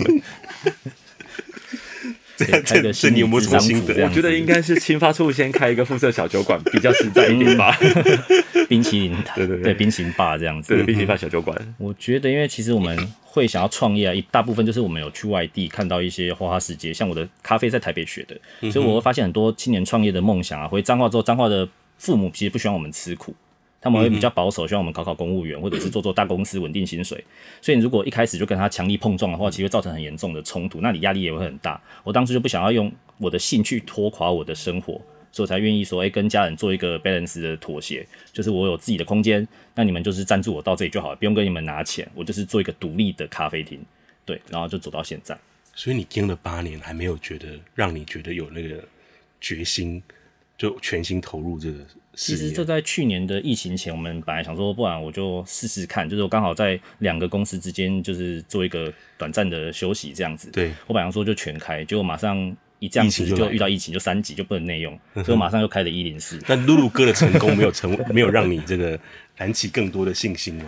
S1: 这
S3: 对
S1: 这
S3: 开个
S1: 这
S3: 心
S1: 你有没有
S3: 理
S1: 什么
S3: 咨商
S1: 心
S3: 组
S1: 得
S3: 这？样
S2: 我觉得应该是青发处先开一个肤色小酒馆比较实在一点吧。
S3: 嗯冰淇淋台，
S2: 对对对
S3: 冰淇淋吧这样 子。
S2: 对，冰淇淋小酒馆。
S3: 我觉得，因为其实我们会想要创业啊，一大部分就是我们有去外地看到一些花花世界，像我的咖啡在台北学的，所以我会发现很多青年创业的梦想啊，回彰化之后，彰化的父母其实不希望我们吃苦，他们会比较保守，希望我们考考公务员或者是做做大公司稳定薪水。所以你如果一开始就跟他强力碰撞的话，其实会造成很严重的冲突，那你压力也会很大。我当初就不想要用我的兴趣拖垮我的生活，所以我才愿意说，哎、跟家人做一个 balance 的妥协，就是我有自己的空间，那你们就是赞助我到这里就好了，不用跟你们拿钱，我就是做一个独立的咖啡厅，对，然后就走到现在。
S1: 所以你盯了八年，还没有觉得让你觉得有那个决心，就全心投入这个事
S3: 其
S1: 业。
S3: 实这在去年的疫情前，我们本来想说，不然我就试试看，就是我刚好在两个公司之间，就是做一个短暂的休息这样子。
S1: 对，
S3: 我本来想说就全开，结果马上一这样
S1: 疫情
S3: 子
S1: 就来
S3: 就
S1: 了嗯
S3: 遇到疫情，就三级就不能内用，所以我马上又开了一零四。
S1: 那露露哥的成功没有成， 没有让你这个燃起更多的信心吗？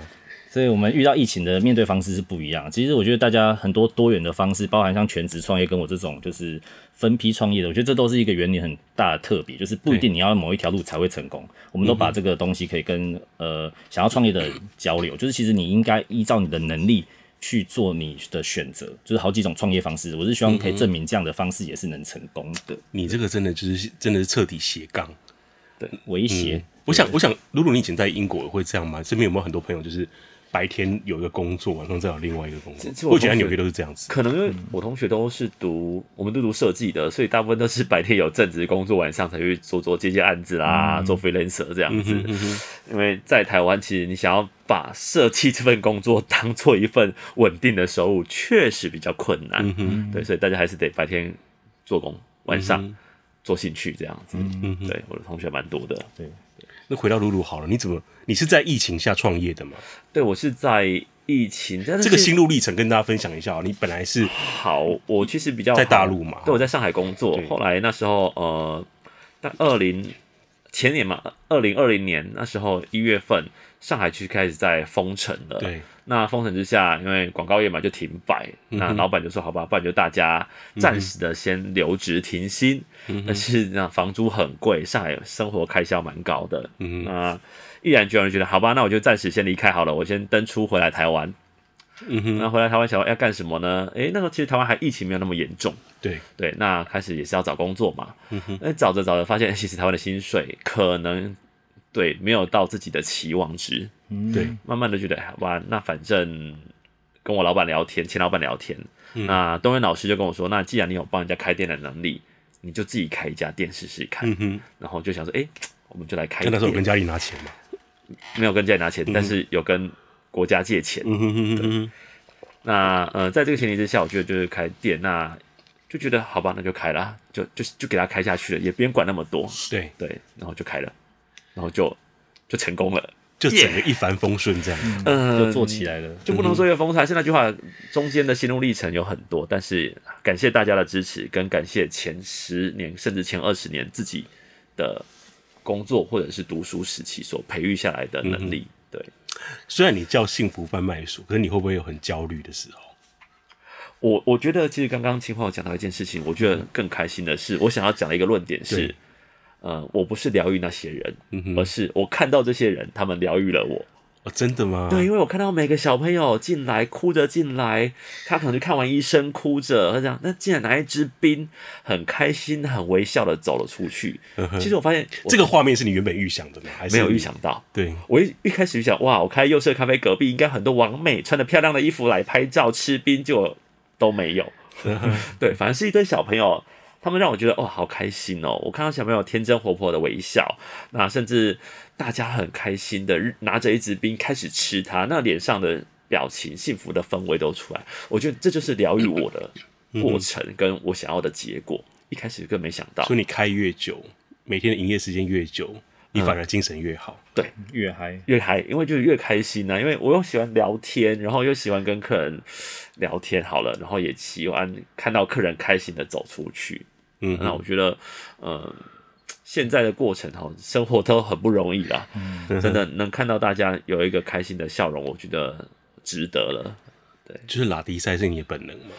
S3: 所以我们遇到疫情的面对方式是不一样。其实我觉得大家很多多元的方式，包含像全职创业跟我这种就是分批创业的，我觉得这都是一个原理很大的特别，就是不一定你要某一条路才会成功。我们都把这个东西可以跟呃想要创业的人交流，就是其实你应该依照你的能力。去做你的选择，就是好几种创业方式。我是希望可以证明这样的方式也是能成功的。
S1: 你这个真的就是真的是彻底斜杠。
S3: 威胁，
S1: 我想，我想，露露，你以前在英国会这样吗？身边有没有很多朋友就是白天有一个工作，晚上再有另外一个工
S2: 其实
S1: 作？
S2: 我
S1: 我觉得
S2: 同学
S1: 纽约都是这样子。
S2: 可能因为我同学都是读，我们都读设计的，所以大部分都是白天有正职工作，晚上才去做做接接案子啦，
S1: 嗯
S2: 做 freelancer 这样子。因为在台湾，其实你想要把设计这份工作当做一份稳定的收入，确实比较困难。
S1: 嗯
S2: 对，所以大家还是得白天做工，晚
S1: 嗯
S2: 上做兴趣这样子。对，我的同学蛮多的。
S1: 那回到露露好了，你怎么你是在疫情下创业的吗？
S2: 对我是在疫情，但是
S1: 这个心路历程跟大家分享一下哦。你本来是
S2: 好，我其实比较
S1: 嗯在大
S2: 好
S1: 陆嘛
S2: 对，我在上海工作
S1: 对。
S2: 后来那时候呃，但二零前年嘛，二零二零年那时候一月份，上海区开始在封城了。，
S1: 对，
S2: 那封城之下，因为广告业嘛就停摆，
S1: 嗯
S2: 那老板就说好吧，不然就大家暂时的先留职停薪。
S1: 嗯
S2: 但是那房租很贵，上海生活开销蛮高的。
S1: 嗯
S2: 那毅然决然就觉得好吧，那我就暂时先离开好了，我先登出回来台湾。
S1: 嗯哼，
S2: 那回来台湾想要要干什么呢？诶，那个其实台湾还疫情没有那么严重，
S1: 对，
S2: 对，那开始也是要找工作嘛。
S1: 嗯
S2: 那、找着找着发现，诶其实台湾的薪水可能对没有到自己的期望值，
S3: 嗯
S1: 对
S2: 慢慢的觉得，哎好吧，那反正跟我老板聊天，前老板聊天，
S1: 嗯
S2: 那东元老师就跟我说，那既然你有帮人家开店的能力，你就自己开一家店试试看。
S1: 嗯哼。
S2: 然后就想说，诶，哎我们就来
S1: 那
S2: 开店
S1: 那时候，我跟家里拿钱嘛。
S2: 没有跟家里拿钱，但是有跟国家借钱。
S1: 嗯哼哼哼哼，
S2: 那呃，在这个前提之下，我觉得就是开店，那就觉得好吧，那就开啦，就就就给他开下去了，也不用管那么多，
S1: 对，
S2: 对，然后就开了，然后就就成功了，
S1: 就整个一帆风顺这样。
S2: 嗯、
S3: 就做起来了。
S2: 就不能说一个风采，是那句话中间的心路历程有很多，但是感谢大家的支持，跟感谢前十年甚至前二十年自己的工作或者是读书时期所培育下来的能力，
S1: 嗯
S2: 对。
S1: 虽然你叫幸福贩卖所，可是你会不会有很焦虑的时候？
S2: 我我觉得其实刚刚秦华有讲到一件事情，我觉得更开心的是，我想要讲的一个论点是
S1: 对，
S2: 呃，我不是疗愈那些人，
S1: 嗯哼
S2: 而是我看到这些人，他们疗愈了我。
S1: 哦，真的吗？
S2: 对，因为我看到每个小朋友进来哭着进来，他可能去看完医生哭着，他讲那竟然拿一支冰，很开心、很微笑的走了出去。其实我发现
S1: 嗯
S2: 我
S1: 这个画面是你原本预想的吗？还是
S2: 没有预？想到，
S1: 对，
S2: 我一一开始就想，哇，我开右舍咖啡隔壁应该很多王美穿着漂亮的衣服来拍照吃冰，结果都没有。对，反正是一堆小朋友，他们让我觉得哇，好开心哦！我看到小朋友天真活泼的微笑，那甚至大家很开心的拿着一支冰开始吃它，那脸上的表情、幸福的氛围都出来。我觉得这就是疗愈我的过程，跟我想要的结果。一开始更没想到
S1: 说，你开越久，每天的营业时间越久，
S2: 嗯
S1: 你反而精神越好。
S3: 越嗨。
S2: 越开，因为就是越开心啊呐、因为我又喜欢聊天，然后又喜欢跟客人聊天，好了，然后也喜欢看到客人开心的走出去。
S1: 嗯哼
S2: 那我觉得，呃，现在的过程哈，生活都很不容易啦，
S1: 嗯
S2: 真的能看到大家有一个开心的笑容，我觉得值得了。
S1: 就是拉迪赛是你的本能嘛？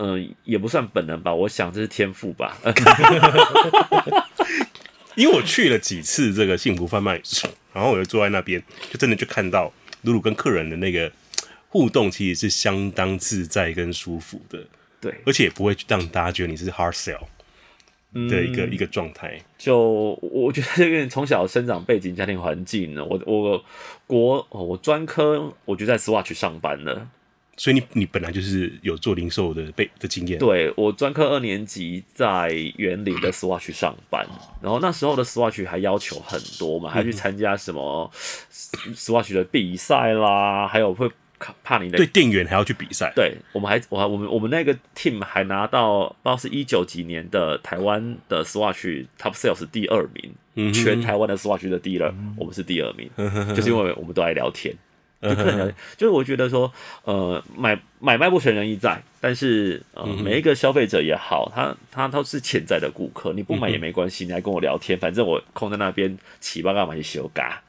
S2: 嗯、也不算本能吧，我想这是天赋 吧。
S1: 因为我去了几次这个幸福贩卖所，然后我就坐在那边，就真的就看到露露跟客人的那个互动，其实是相当自在跟舒服的，
S2: 对，
S1: 而且也不会让大家觉得你是 hard sell 的一个、
S2: 嗯
S1: 一个状态。
S2: 就我觉得这个从小生长背景、家庭环境呢，我我国哦我专科我就在 Swatch 上班了。
S1: 所以你你本来就是有做零售的被的经验，
S2: 对我专科二年级在园林
S1: 嗯
S2: 的 Swatch 上班，然后那时候的 Swatch 还要求很多嘛，还
S1: 嗯
S2: 去参加什么 Swatch 的比赛啦，还有会怕你的
S1: 对店员还要去比赛，
S2: 对，我们还我还我们我们那个 team 还拿到不知道是一九几年的台湾的 Swatch Top Sales 第二名，
S1: 嗯哼嗯
S2: 全台湾的 Swatch 的第二，我们是第二名，就是因为我们都爱聊天，就
S1: 嗯
S2: 客人聊天，就是我觉得说，呃，买买卖不成仁义在，但是呃，
S1: 嗯
S2: 每一个消费者也好，他他都是潜在的顾客，你不
S1: 嗯
S2: 买也没关系，你来跟我聊天，反正我空在那边起帮干嘛去修 嘎。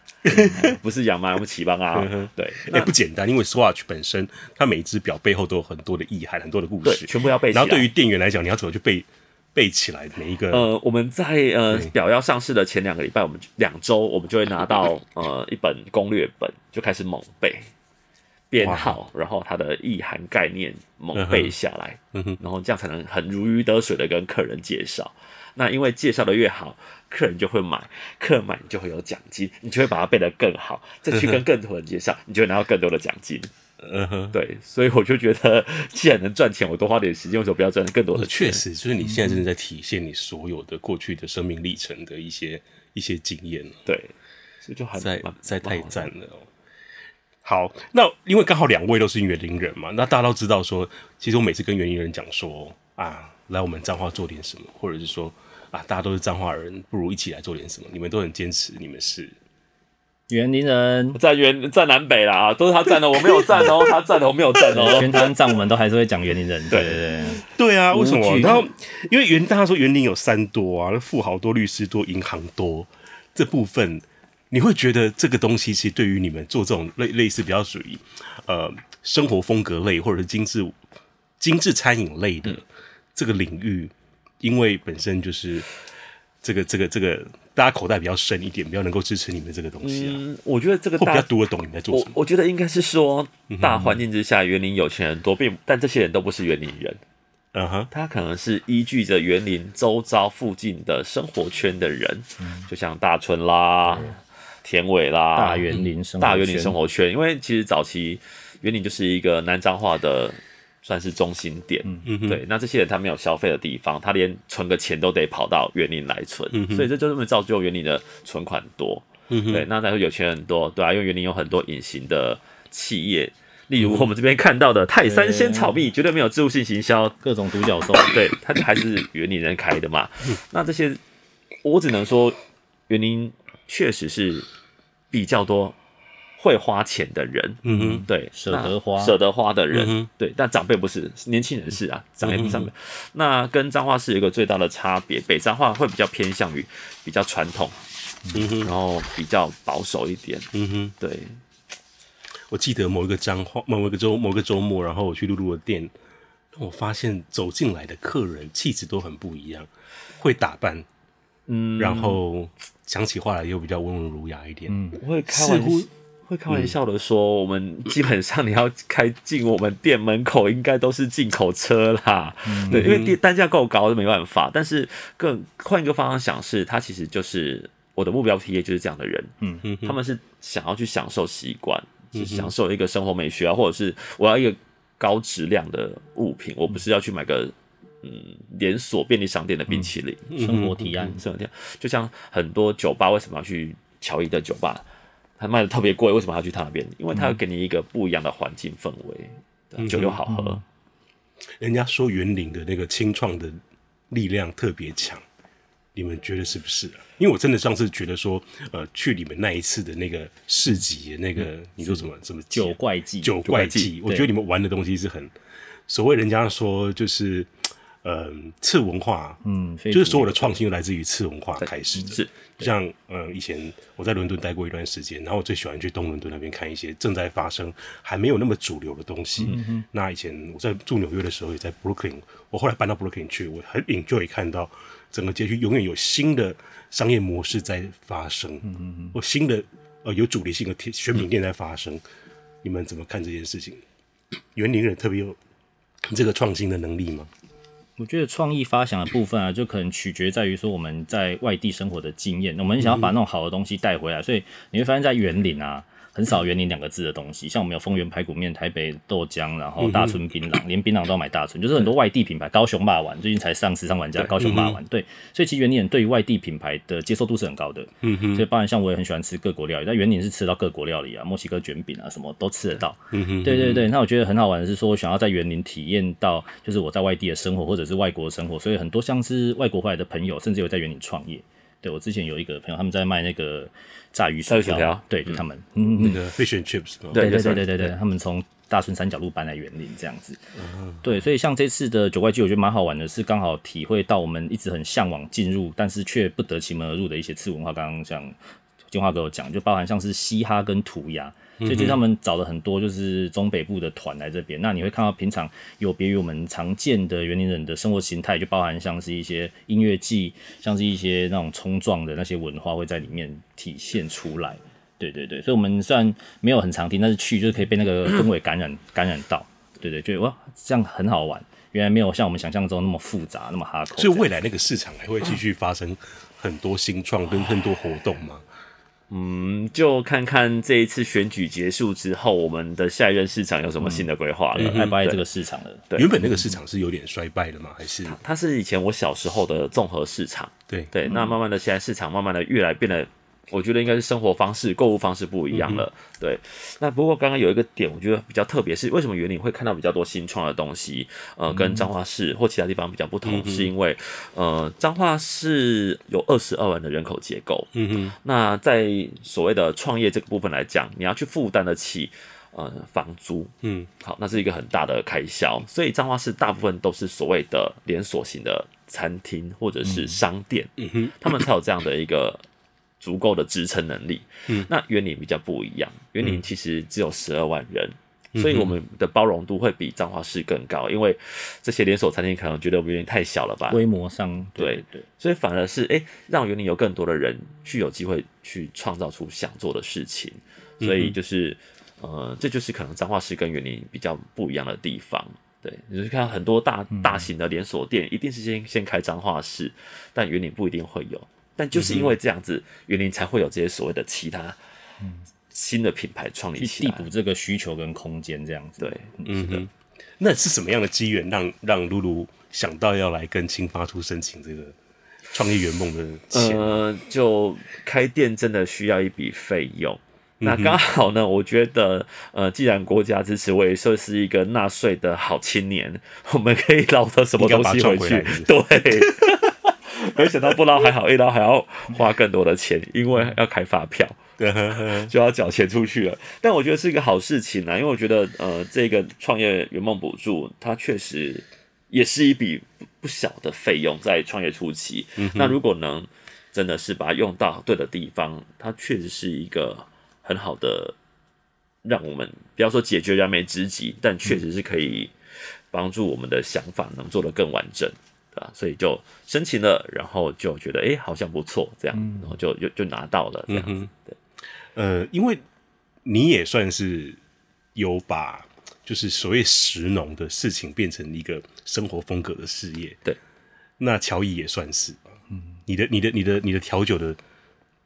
S2: 不是养嘛，我们起帮啊，对，
S1: 哎、不简单，因为 Swatch 本身它每一只表背后都有很多的意涵，很多的故
S2: 对，
S1: 事。
S2: 全部要背起来。
S1: 然后对于店员来讲，你要怎么去背背起来每一个？
S2: 呃，我们在呃表要上市的前两个礼拜，我们就两周我们就会拿 到呃一本攻略本，就开始猛背编号，然后它的意涵概念猛背下来，
S1: 嗯
S2: 然后这样才能很如鱼得水的跟客人介绍。那因为介绍的越好，客人就会买，客人买你就会有奖金，你就会把它背得更好，再去跟更多人介绍，你就会拿到更多的奖金。
S1: 嗯哼，
S2: 对，所以我就觉得，既然能赚钱，我多花点时间，为什么不要赚更多的
S1: 呃
S2: 钱？
S1: 确实，就是你
S2: 嗯
S1: 现在正在体现你所有的过去的生命历程的一些一些经验，
S2: 对，所以就很
S1: 在
S2: 蛮
S1: 在
S2: 蛮
S1: 太
S2: 好的
S1: 赞了哦。好，那因为刚好两位都是园林人嘛，那大家都知道说，其实我每次跟园林人讲说啊，来我们彰化做点什么，或者是说啊，大家都是彰化人，不如一起来做点什么。你们都很坚持，你们是
S3: 园林人，
S2: 在原在南北啦啊，都是他站的，我没有站哦，他站的我没有站哦。
S3: 全台湾站我们都还是会讲园林人，对对对。
S1: 对啊，为什么？
S3: 惧
S1: 然后因为园大家说园林有三多啊，富豪多、律师多、银行多这部分，你会觉得这个东西其实对于你们做这种类类似比较属于呃生活风格类或者是精致精致餐饮类的这个领域，因为本身就是这个这个这个大家口袋比较深一点，比较能够支持你们这个东西啊，
S2: 嗯，我觉得这个
S1: 会比较
S2: 大，
S1: 读得懂你们在做
S2: 我
S1: 什么。
S2: 我觉得应该是说，大环境之下，园林有钱人多，并但这些人都不是园林人，
S1: 嗯哼，
S2: 他可能是依据着园林周遭附近的生活圈的人，就像大村啦、田尾啦、
S3: 大园林生活
S2: 大园林
S3: 圈
S2: 生活圈，因为其实早期园林就是一个南彰化的算是中心点，对，那这些人他没有消费的地方，他连存个钱都得跑到园林来存，所以这就是造就园林的存款多，
S1: 嗯
S2: 对，那再说有钱人多，对啊，因为园林有很多隐形的企业。例如我们这边看到的泰山鲜草蜜，绝对没有自助性行销，
S3: 各种独角兽，
S2: 对，它还是园林人开的嘛。那这些，我只能说，园林确实是比较多会花钱的人，
S1: 嗯哼，
S2: 对，
S3: 舍得
S2: 那
S3: 花
S2: 舍得花的
S1: 嗯
S2: 人，
S1: 哼
S2: 对，但长辈不是，年轻人是啊，长辈不上辈。那跟彰化是有一个最大的差别，北彰化会比较偏向于比较传统，
S1: 嗯哼，
S2: 然后比较保守一点，
S1: 嗯哼。
S2: 对，
S1: 我记得某一个彰化，某一个周某个周末，然后我去露露的店，我发现走进来的客人气质都很不一样，会打扮，
S2: 嗯，
S1: 然后讲起话来又比较温文儒雅一点。
S3: 嗯，
S2: 我会开
S1: 似
S2: 玩
S1: 乎嗯
S2: 会开玩笑的说，我们基本上你要开进我们店门口，应该都是进口车啦。
S1: 嗯
S2: 对，因为店单价够高，没办法。但是更换一个方向想是，他其实就是我的目标 T A 就是这样的人，
S3: 嗯
S1: 嗯哼嗯
S2: 他们是想要去享受习惯，是享受一个生活美学啊，或者是我要一个高质量的物品，我不是要去买个嗯连锁便利商店的冰淇淋。
S3: 生
S1: 嗯
S3: 活提案，
S2: 这种地方，就像很多酒吧为什么要去乔伊的酒吧，他卖的特别贵，为什么要去他那边？因为他要给你一个不一样的环境氛围，对
S3: 嗯
S2: 啊酒又好喝，
S1: 人家说园林的那个清创的力量特别强，你们觉得是不是啊、因为我真的上次觉得说，呃，去你们那一次的那个市集的那个，你说什么什么节
S3: 九怪季，
S1: 九怪季，我觉得你们玩的东西是很所谓人家说就是，呃，次文化，
S3: 嗯，非
S1: 就是所有
S3: 主
S1: 的创新都来自于次文化开始的。
S2: 是
S1: 就像呃，以前我在伦敦待过一段时间，然后我最喜欢去东伦敦那边看一些正在发生还没有那么主流的东西。
S3: 嗯
S1: 那以前我在住纽约的时候，也在 Brooklyn，我后来搬到 Brooklyn 去，我很 enjoy 看到整个街区永远有新的商业模式在发生，嗯嗯或新的呃有主题性的贴选品店在发生。你们怎么看这件事情？园林人特别有这个创新的能力吗？
S3: 我觉得创意发想的部分啊，就可能取决在于说我们在外地生活的经验，我们想要把那种好的东西带回来，所以你会发现在园林啊，很少“园林”两个字的东西，像我们有丰原排骨面、台北豆浆，然后大村槟榔，连槟榔都要买大村，就是很多外地品牌，高雄霸丸最近才上时尚玩家，高雄霸丸，对，嗯所以其实园林人对于外地品牌的接受度是很高的，嗯哼，所以包含像我也很喜欢吃各国料理，在园林是吃到各国料理啊，墨西哥卷饼啊，什么都吃得到，嗯哼，对对对，那我觉得很好玩的是说，我想要在园林体验到就是我在外地的生活或者是外国的生活，所以很多像是外国回来的朋友，甚至有在园林创业。对，我之前有一个朋友，他们在卖那个炸鱼薯
S2: 炸鱼薯条
S3: 对，就他们，嗯，
S1: 那
S3: 嗯
S1: 个 fish and chips，哦
S2: 对嗯
S3: 对对
S2: 就是
S3: 对对对对，他们从大顺三角路搬来园林这样子。对，所以像这次的九怪剧，我觉得蛮好玩的，是刚好体会到我们一直很向往进入，但是却不得其门而入的一些次文化。刚刚像金华给我讲，就包含像是嘻哈跟涂鸦。
S2: 嗯
S3: 所以就是他们找了很多就是中北部的团来这边，那你会看到平常有别于我们常见的园林人的生活形态，就包含像是一些音乐季，像是一些那种冲撞的那些文化会在里面体现出来。对对对，所以我们虽然没有很常听，但是去就是可以被那个氛围感染感染到。对对，觉得哇，这样很好玩。原来没有像我们想象中那么复杂，那么哈口。
S1: 所以未来那个市场还会继续发生很多新创跟很多活动吗？
S2: 嗯，就看看这一次选举结束之后，我们的下一任市长有
S3: 嗯
S2: 什么新的规划了。
S3: 爱不爱这个市场了？
S2: 嗯对
S1: 原本那个市场是有点衰败的吗？还是
S2: 它是以前我小时候的综合市场，
S1: 对
S2: 对，那慢慢的现在市场慢慢的越来变得，我觉得应该是生活方式、购物方式不一样了。对，那不过刚刚有一个点，我觉得比较特别是为什么园林会看到比较多新创的东西，呃，跟彰化市或其他地方比较不同，是因为呃，彰化市有二十二万的人口结构，
S1: 嗯
S2: 那在所谓的创业这个部分来讲，你要去负担得起。呃，房租，
S1: 嗯，
S2: 好，那是一个很大的开销，所以彰化市大部分都是所谓的连锁型的餐厅或者是商店，
S1: 嗯哼
S2: 他们才有这样的一个足够的支撑能力。嗯，那园林比较不一样，
S1: 嗯
S2: 园林其实只有十二万人。所以我们的包容度会比彰化市更高，因为这些连锁餐厅可能觉得我们有点太小了吧，
S3: 规模上，
S2: 对
S3: 对对，
S2: 所以反而是哎、诶让园林有更多的人去有机会去创造出想做的事情，
S3: 嗯
S2: 所以就是、呃，这就是可能彰化市跟园林比较不一样的地方。对，你就看到很多大大型的连锁店，一定是先先开彰化市，但园林不一定会有。但就是因为这样
S3: 嗯
S2: 子，园林才会有这些所谓的其他新的品牌创立
S3: 去
S2: 起
S3: 递
S2: 来
S3: 补。这个需求跟空间这样子。
S2: 对，
S1: 嗯哼，那是什么样的机缘让让露露想到要来跟青发出申请这个创业圆梦的钱？
S2: 呃，就开店真的需要一笔费用。
S1: 嗯
S2: 那刚好呢，我觉得，呃，既然国家支持，我也算是一个纳税的好青年， 我们可以捞到什么东西
S1: 应该把它赚回
S2: 去
S1: 来是？
S2: 对， 没想到不捞还好，一捞还要花更多的钱，因为要开发票。
S1: 呃
S2: 就要缴钱出去了。但我觉得是一个好事情啦，因为我觉得呃，这个创业圆梦补助，它确实也是一笔不不小的费用在创业初期。那如果能真的是把它用到对的地方，它确实是一个很好的，让我们不要说解决燃眉之急，但确实是可以。帮助我们的想法能做得更完整，对吧？所以就申请了，然后就觉得诶好像不错，这样，然后就就就拿到了这样子。对，
S1: 呃，因为你也算是有把就是所谓食农的事情变成一个生活风格的事业，
S2: 对。
S1: 那乔伊也算是吧，嗯，你的你的你的你的调酒的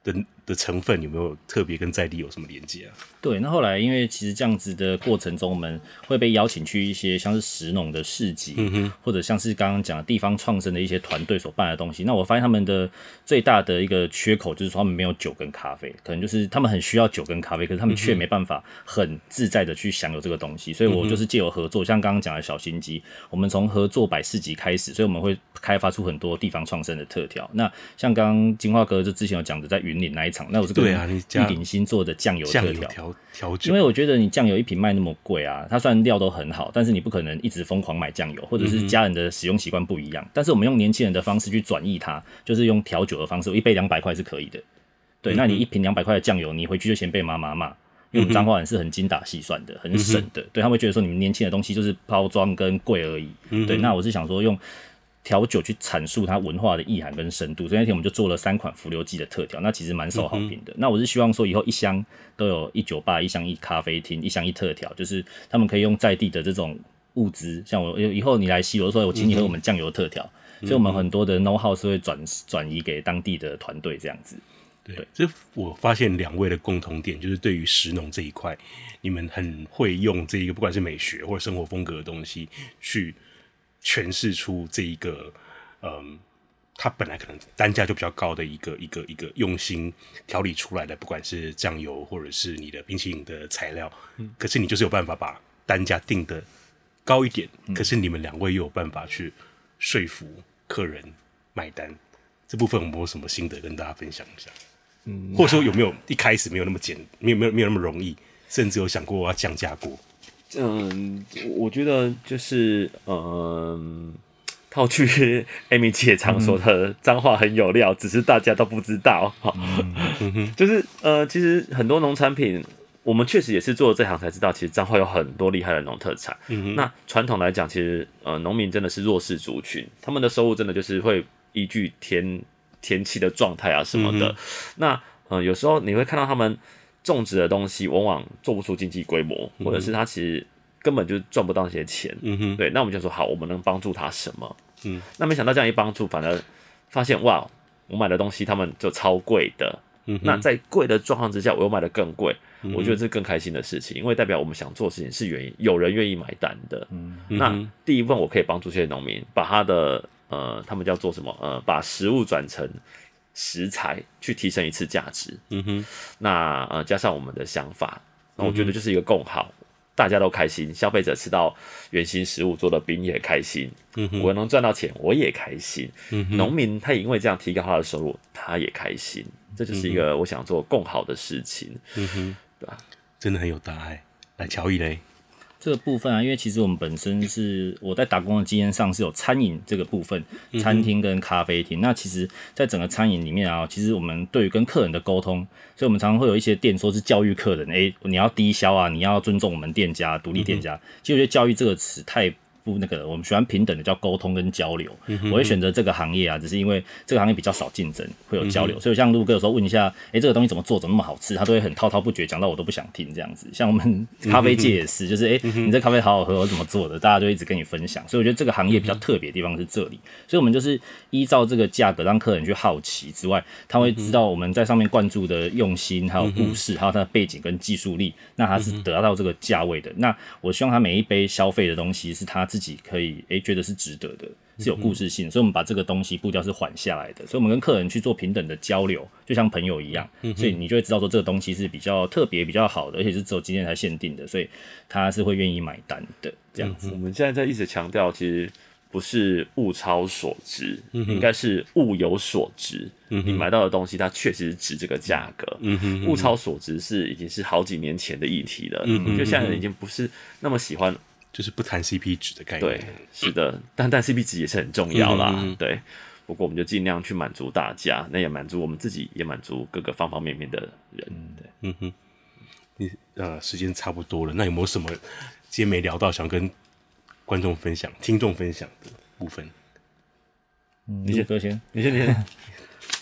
S1: 的的成分有没有特别跟在地有什么连接啊？
S3: 对，那后来因为其实这样子的过程中，我们会被邀请去一些像是石农的市集，
S1: 嗯
S3: 或者像是刚刚讲的地方创生的一些团队所办的东西。那我发现他们的最大的一个缺口就是说他们没有酒跟咖啡，可能就是他们很需要酒跟咖啡，可是他
S1: 嗯
S3: 们却没办法很自在的去享有这个东西。所
S1: 嗯
S3: 以我就是借由合作，像刚刚讲的小心机，我们从合作百事集开始，所以我们会开发出很多地方创生的特调。那像刚刚金花哥就之前有讲的，在云岭那一场，那我是跟
S1: 对啊你
S3: 玉
S1: 加
S3: 鼎新做的酱油
S1: 酱
S3: 特
S1: 油
S3: 调。
S1: 调调
S3: 因为
S1: 酒，
S3: 我觉得你酱油一瓶卖那么贵啊，它虽然料都很好，但是你不可能一直疯狂买酱油，或者是家人的使用习惯不一样。但是我们用年轻人的方式去转移它，就是用调酒的方式，我一杯两百块是可以的。对，那你一瓶两百块的酱油，你回去就先被妈妈骂。因为我们彰化人是很精打细算的，很省的，对他们会觉得说你们年轻的东西就是包装跟贵而已。
S1: 嗯
S3: 对，那我是想说用调酒去阐述它文化的意涵跟深度，所以那天我们就做了三款浮流记的特调，那其实蛮受好评的。那我是希望说以后一箱都有一酒吧、一箱一咖啡厅、一箱一特调，就是他们可以用在地的这种物资，像我以后你来西罗的时候，我请你喝我们酱油特调。所以，我们很多的 know how 是会转转移给当地的团队这样子。
S1: 对，这我发现两位的共同点就是对于食农这一块，你们很会用这一个不管是美学或者生活风格的东西去诠释出这一个，嗯，它本来可能单价就比较高的一个一个一个用心调理出来的，不管是酱油或者是你的冰淇淋的材料，可是你就是有办法把单价定的高一点，可是你们两位又有办法去说服客人买单。这部分我们有什么心得跟大家分享一下？或者说有没有一开始没有那么简，没有没有没有那么容易，甚至有想过我要降价过？
S2: 嗯，我觉得就是嗯，套句 Amy 姐常说的，脏话很有料，只是大家都不知道。 就是呃，其实很多农产品，我们确实也是做这行才知道，其实彰化有很多厉害的农特产。那传统来讲，其实呃，农民真的是弱势族群，他们的收入真的就是会依据天天气的状态啊什么的。那呃，有时候你会看到他们种植的东西，往往做不出经济规模，或者是他其实根本就赚不到那些钱。
S1: 嗯哼，
S2: 对，那我们就说好，我们能帮助他什么？
S1: 嗯，
S2: 那没想到这样一帮助，反而发现哇，我买的东西他们就超贵的。
S1: 嗯哼嗯
S2: 那在贵的状况之下，我又买的更贵，我觉得这是更开心的事情，因为代表我们想做的事情是愿意有人愿意买单的。
S3: 嗯，
S2: 那第一部分我可以帮助这些农民把他的呃，他们叫做什么呃，把食物转成食材去提升一次价值。
S1: 嗯哼，
S2: 那呃加上我们的想法，那我
S1: 嗯
S2: 觉得就是一个共好，大家都开心，消费者吃到原型食物做的饼也开心，
S1: 嗯哼，
S2: 我能赚到钱我也开心，
S1: 嗯哼，
S2: 农民他因为这样提高他的收入，他也开心，这就是一个我想做共好的事情。
S1: 嗯哼，
S2: 对啊
S1: 真的很有大爱。来，乔伊嘞，
S3: 这个部分啊，因为其实我们本身是我在打工的经验上是有餐饮这个部分，餐厅跟咖啡厅。那其实，在整个餐饮里面啊，其实我们对于跟客人的沟通，所以我们常常会有一些店说是教育客人，诶，你要低消啊，你要尊重我们店家独立店家。其实我觉得教育这个词太不那个了，我们喜欢平等的叫沟通跟交流。我会选择这个行业啊，只是因为这个行业比较少竞争，会有交流。所以像陆哥有时候问一下，诶，这个东西怎么做，怎么那么好吃，他都会很滔滔不绝讲到我都不想听这样子。像我们咖啡界也是，就是诶，你这咖啡好好喝，我怎么做的，大家就一直跟你分享。所以我觉得这个行业比较特别的地方是这里。所以我们就是依照这个价格让客人去好奇之外，他会知道我们在上面灌注的用心，还有故事，还有它的背景跟技术力，那他是得到这个价位的。那我希望他每一杯消费的东西是他自己可以诶、觉得是值得的。是有故事性，所以我们把这个东西步调是缓下来的，所以我们跟客人去做平等的交流，就像朋友一样，所以你就会知道说这个东西是比较特别、比较好的，而且是只有今天才限定的，所以他是会愿意买单的这样子。
S2: 我们现在在一直强调，其实不是物超所值，
S3: 嗯
S2: 应该是物有所值。你买到的东西，它确实是值这个价格。
S3: 嗯
S2: 物超所值是已经是好几年前的议题了，
S3: 嗯
S2: 就现在人已经不是那么喜欢。
S1: 就是不谈 CP 值
S3: 哎
S1: 的概念。
S2: 对，是的，但但 CP 值也是很重要
S3: 嗯
S2: 啦。对，不过我们就尽量去满足大家，那也满足我们自己，也满足各个方方面面的人。
S3: 嗯
S2: 对。
S1: 呃，时间差不多了，那有没有什么今天没聊到，想跟观众分享、听众分享的部分。
S3: 嗯，你哥先。
S2: 你先，你先。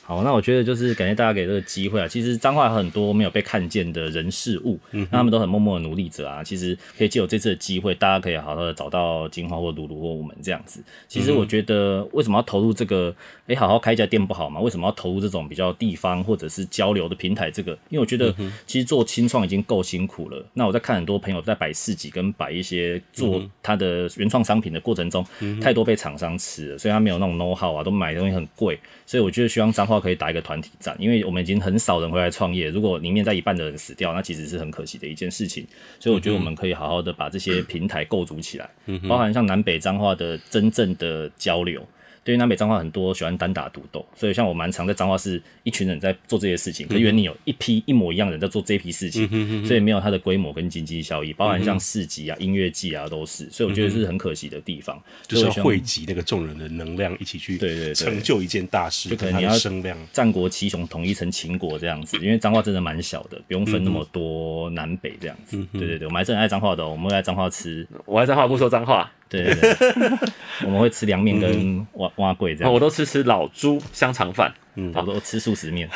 S3: 好，那我觉得就是感谢大家给这个机会啊。其实彰化有很多没有被看见的人事物，那他们都很默默的努力者啊。其实可以借由这次的机会，大家可以好好的找到金花或鲁鲁或我们这样子。其实我觉得为什么要投入这个？诶、好好开一家店不好吗？为什么要投入这种比较地方或者是交流的平台？这个，因为我觉得其实做清创已经够辛苦了。那我在看很多朋友在摆市集跟摆一些做他的原创商品的过程中，太多被厂商吃了，所以他没有那种 know how 啊，都买东西很贵。所以我觉得希望彰化可以打一个团体战，因为我们已经很少人回来创业。如果里面在一半的人死掉，那其实是很可惜的一件事情。所以我
S1: 嗯
S3: 觉得我们可以好好的把 这些平台构筑起来，包含像南北彰化的真正的交流。对于南北彰化很多喜欢单打独斗，所以像我蛮常在彰化市一群人在做这些事情，可
S1: 嗯
S3: 是原你有一批一模一样的人在做这批事情，所以没有它的规模跟经济效益，包
S1: 嗯
S3: 含像市集啊、音乐季啊都是，所以我觉得是很可惜的地方。
S1: 就是
S3: 所以
S1: 要
S3: 我希望
S1: 汇集那个众人的能量，一起去
S3: 对对对
S1: 成就一件大事，
S3: 就可能
S1: 它
S3: 你
S1: 的
S3: 要
S1: 声量。
S3: 战国七雄统一成秦国这样子，因为彰化真的蛮小的，不用分那
S1: 嗯
S3: 么多南北这样子。对对对，我们还是很爱彰化的、哦，我们会来彰化吃，
S2: 我还脏话不说脏话，
S3: 对对对， 我们会吃凉面跟蛙蛙桂
S2: 啊
S3: 这样，
S2: 我都吃吃老猪香肠饭。
S3: 我都吃素食面。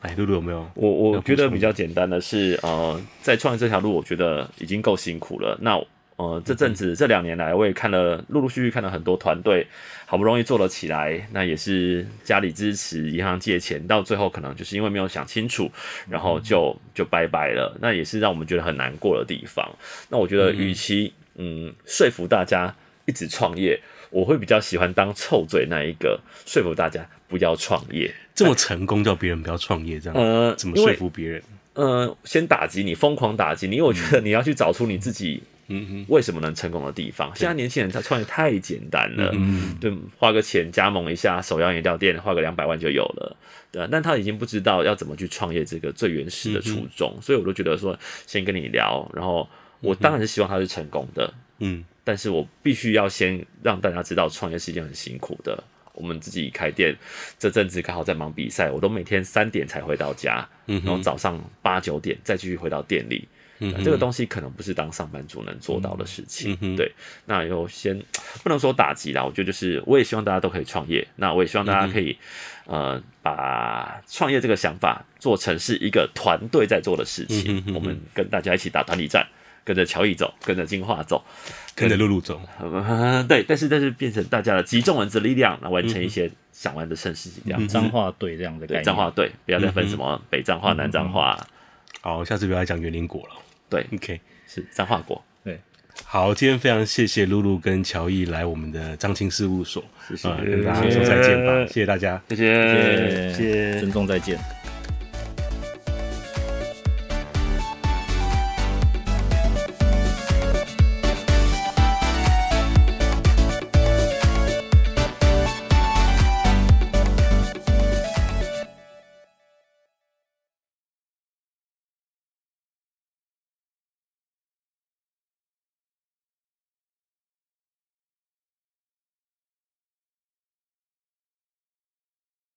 S1: 哎，露露有没有？
S2: 我我
S1: 要补
S2: 觉得
S1: 充
S2: 比较简单的是，呃，在创业这条路，我觉得已经够辛苦了。那呃，这
S1: 嗯
S2: 阵子这两年来，我也看了，陆陆续续看了很多团队，好不容易做了起来，那也是家里支持，银行借钱，到最后可能就是因为没有想清楚，然
S1: 嗯
S2: 后就就拜拜了。那也是让我们觉得很难过的地方。那我觉得，与其嗯说服大家一直创业，我会比较喜欢当臭嘴那一个，说服大家不要创业。
S1: 这么成功叫别人不要创业，这样、
S2: 呃，
S1: 怎么
S2: 因
S1: 说
S2: 为
S1: 服别人？
S2: 呃，先打击你，疯狂打击你，因为我觉得你要去找出你自己，嗯为什么能成功的地方。现在年轻人他创业太简单了，嗯，对，花个钱加盟一下手摇饮料店，花个两百万就有了，对啊，但他已经不知道要怎么去创业这个最原始的初衷，所以我都觉得说，先跟你聊，然后我当然是希望他是成功的，
S1: 嗯，
S2: 但是我必须要先让大家知道，创业是一件很辛苦的。我们自己开店，这阵子刚好在忙比赛，我都每天三点才回到家，然后早上八九点再继续回到店里。
S1: 嗯
S2: 那这个东西可能不是当上班族能做到的事情，对。那有先不能说打击啦，我觉得就是我也希望大家都可以创业，那我也希望大家可以、呃把创业这个想法做成是一个团队在做的事情，我们跟大家一起打团体战，跟着乔毅走，跟着金化走，
S1: 跟着露露走，
S2: 呃， 对，但是但是变成大家的集众人之力量来完成一些想完的盛事情，这样子。
S3: 彰化队这样的概
S2: 嗯对，嗯
S3: 念。
S2: 彰化对，不要再分什么北彰化、南彰化，
S1: 好，下次不要再讲园林果了。
S2: 对，
S1: OK，
S2: 是彰化国。
S3: 对，
S1: 好，今天非常谢谢露露跟乔毅来我们的张青事务所，啊
S2: 谢谢
S1: 呃跟大家说再见吧，谢谢大家。
S2: 嗯谢谢
S3: 谢谢，尊重再见。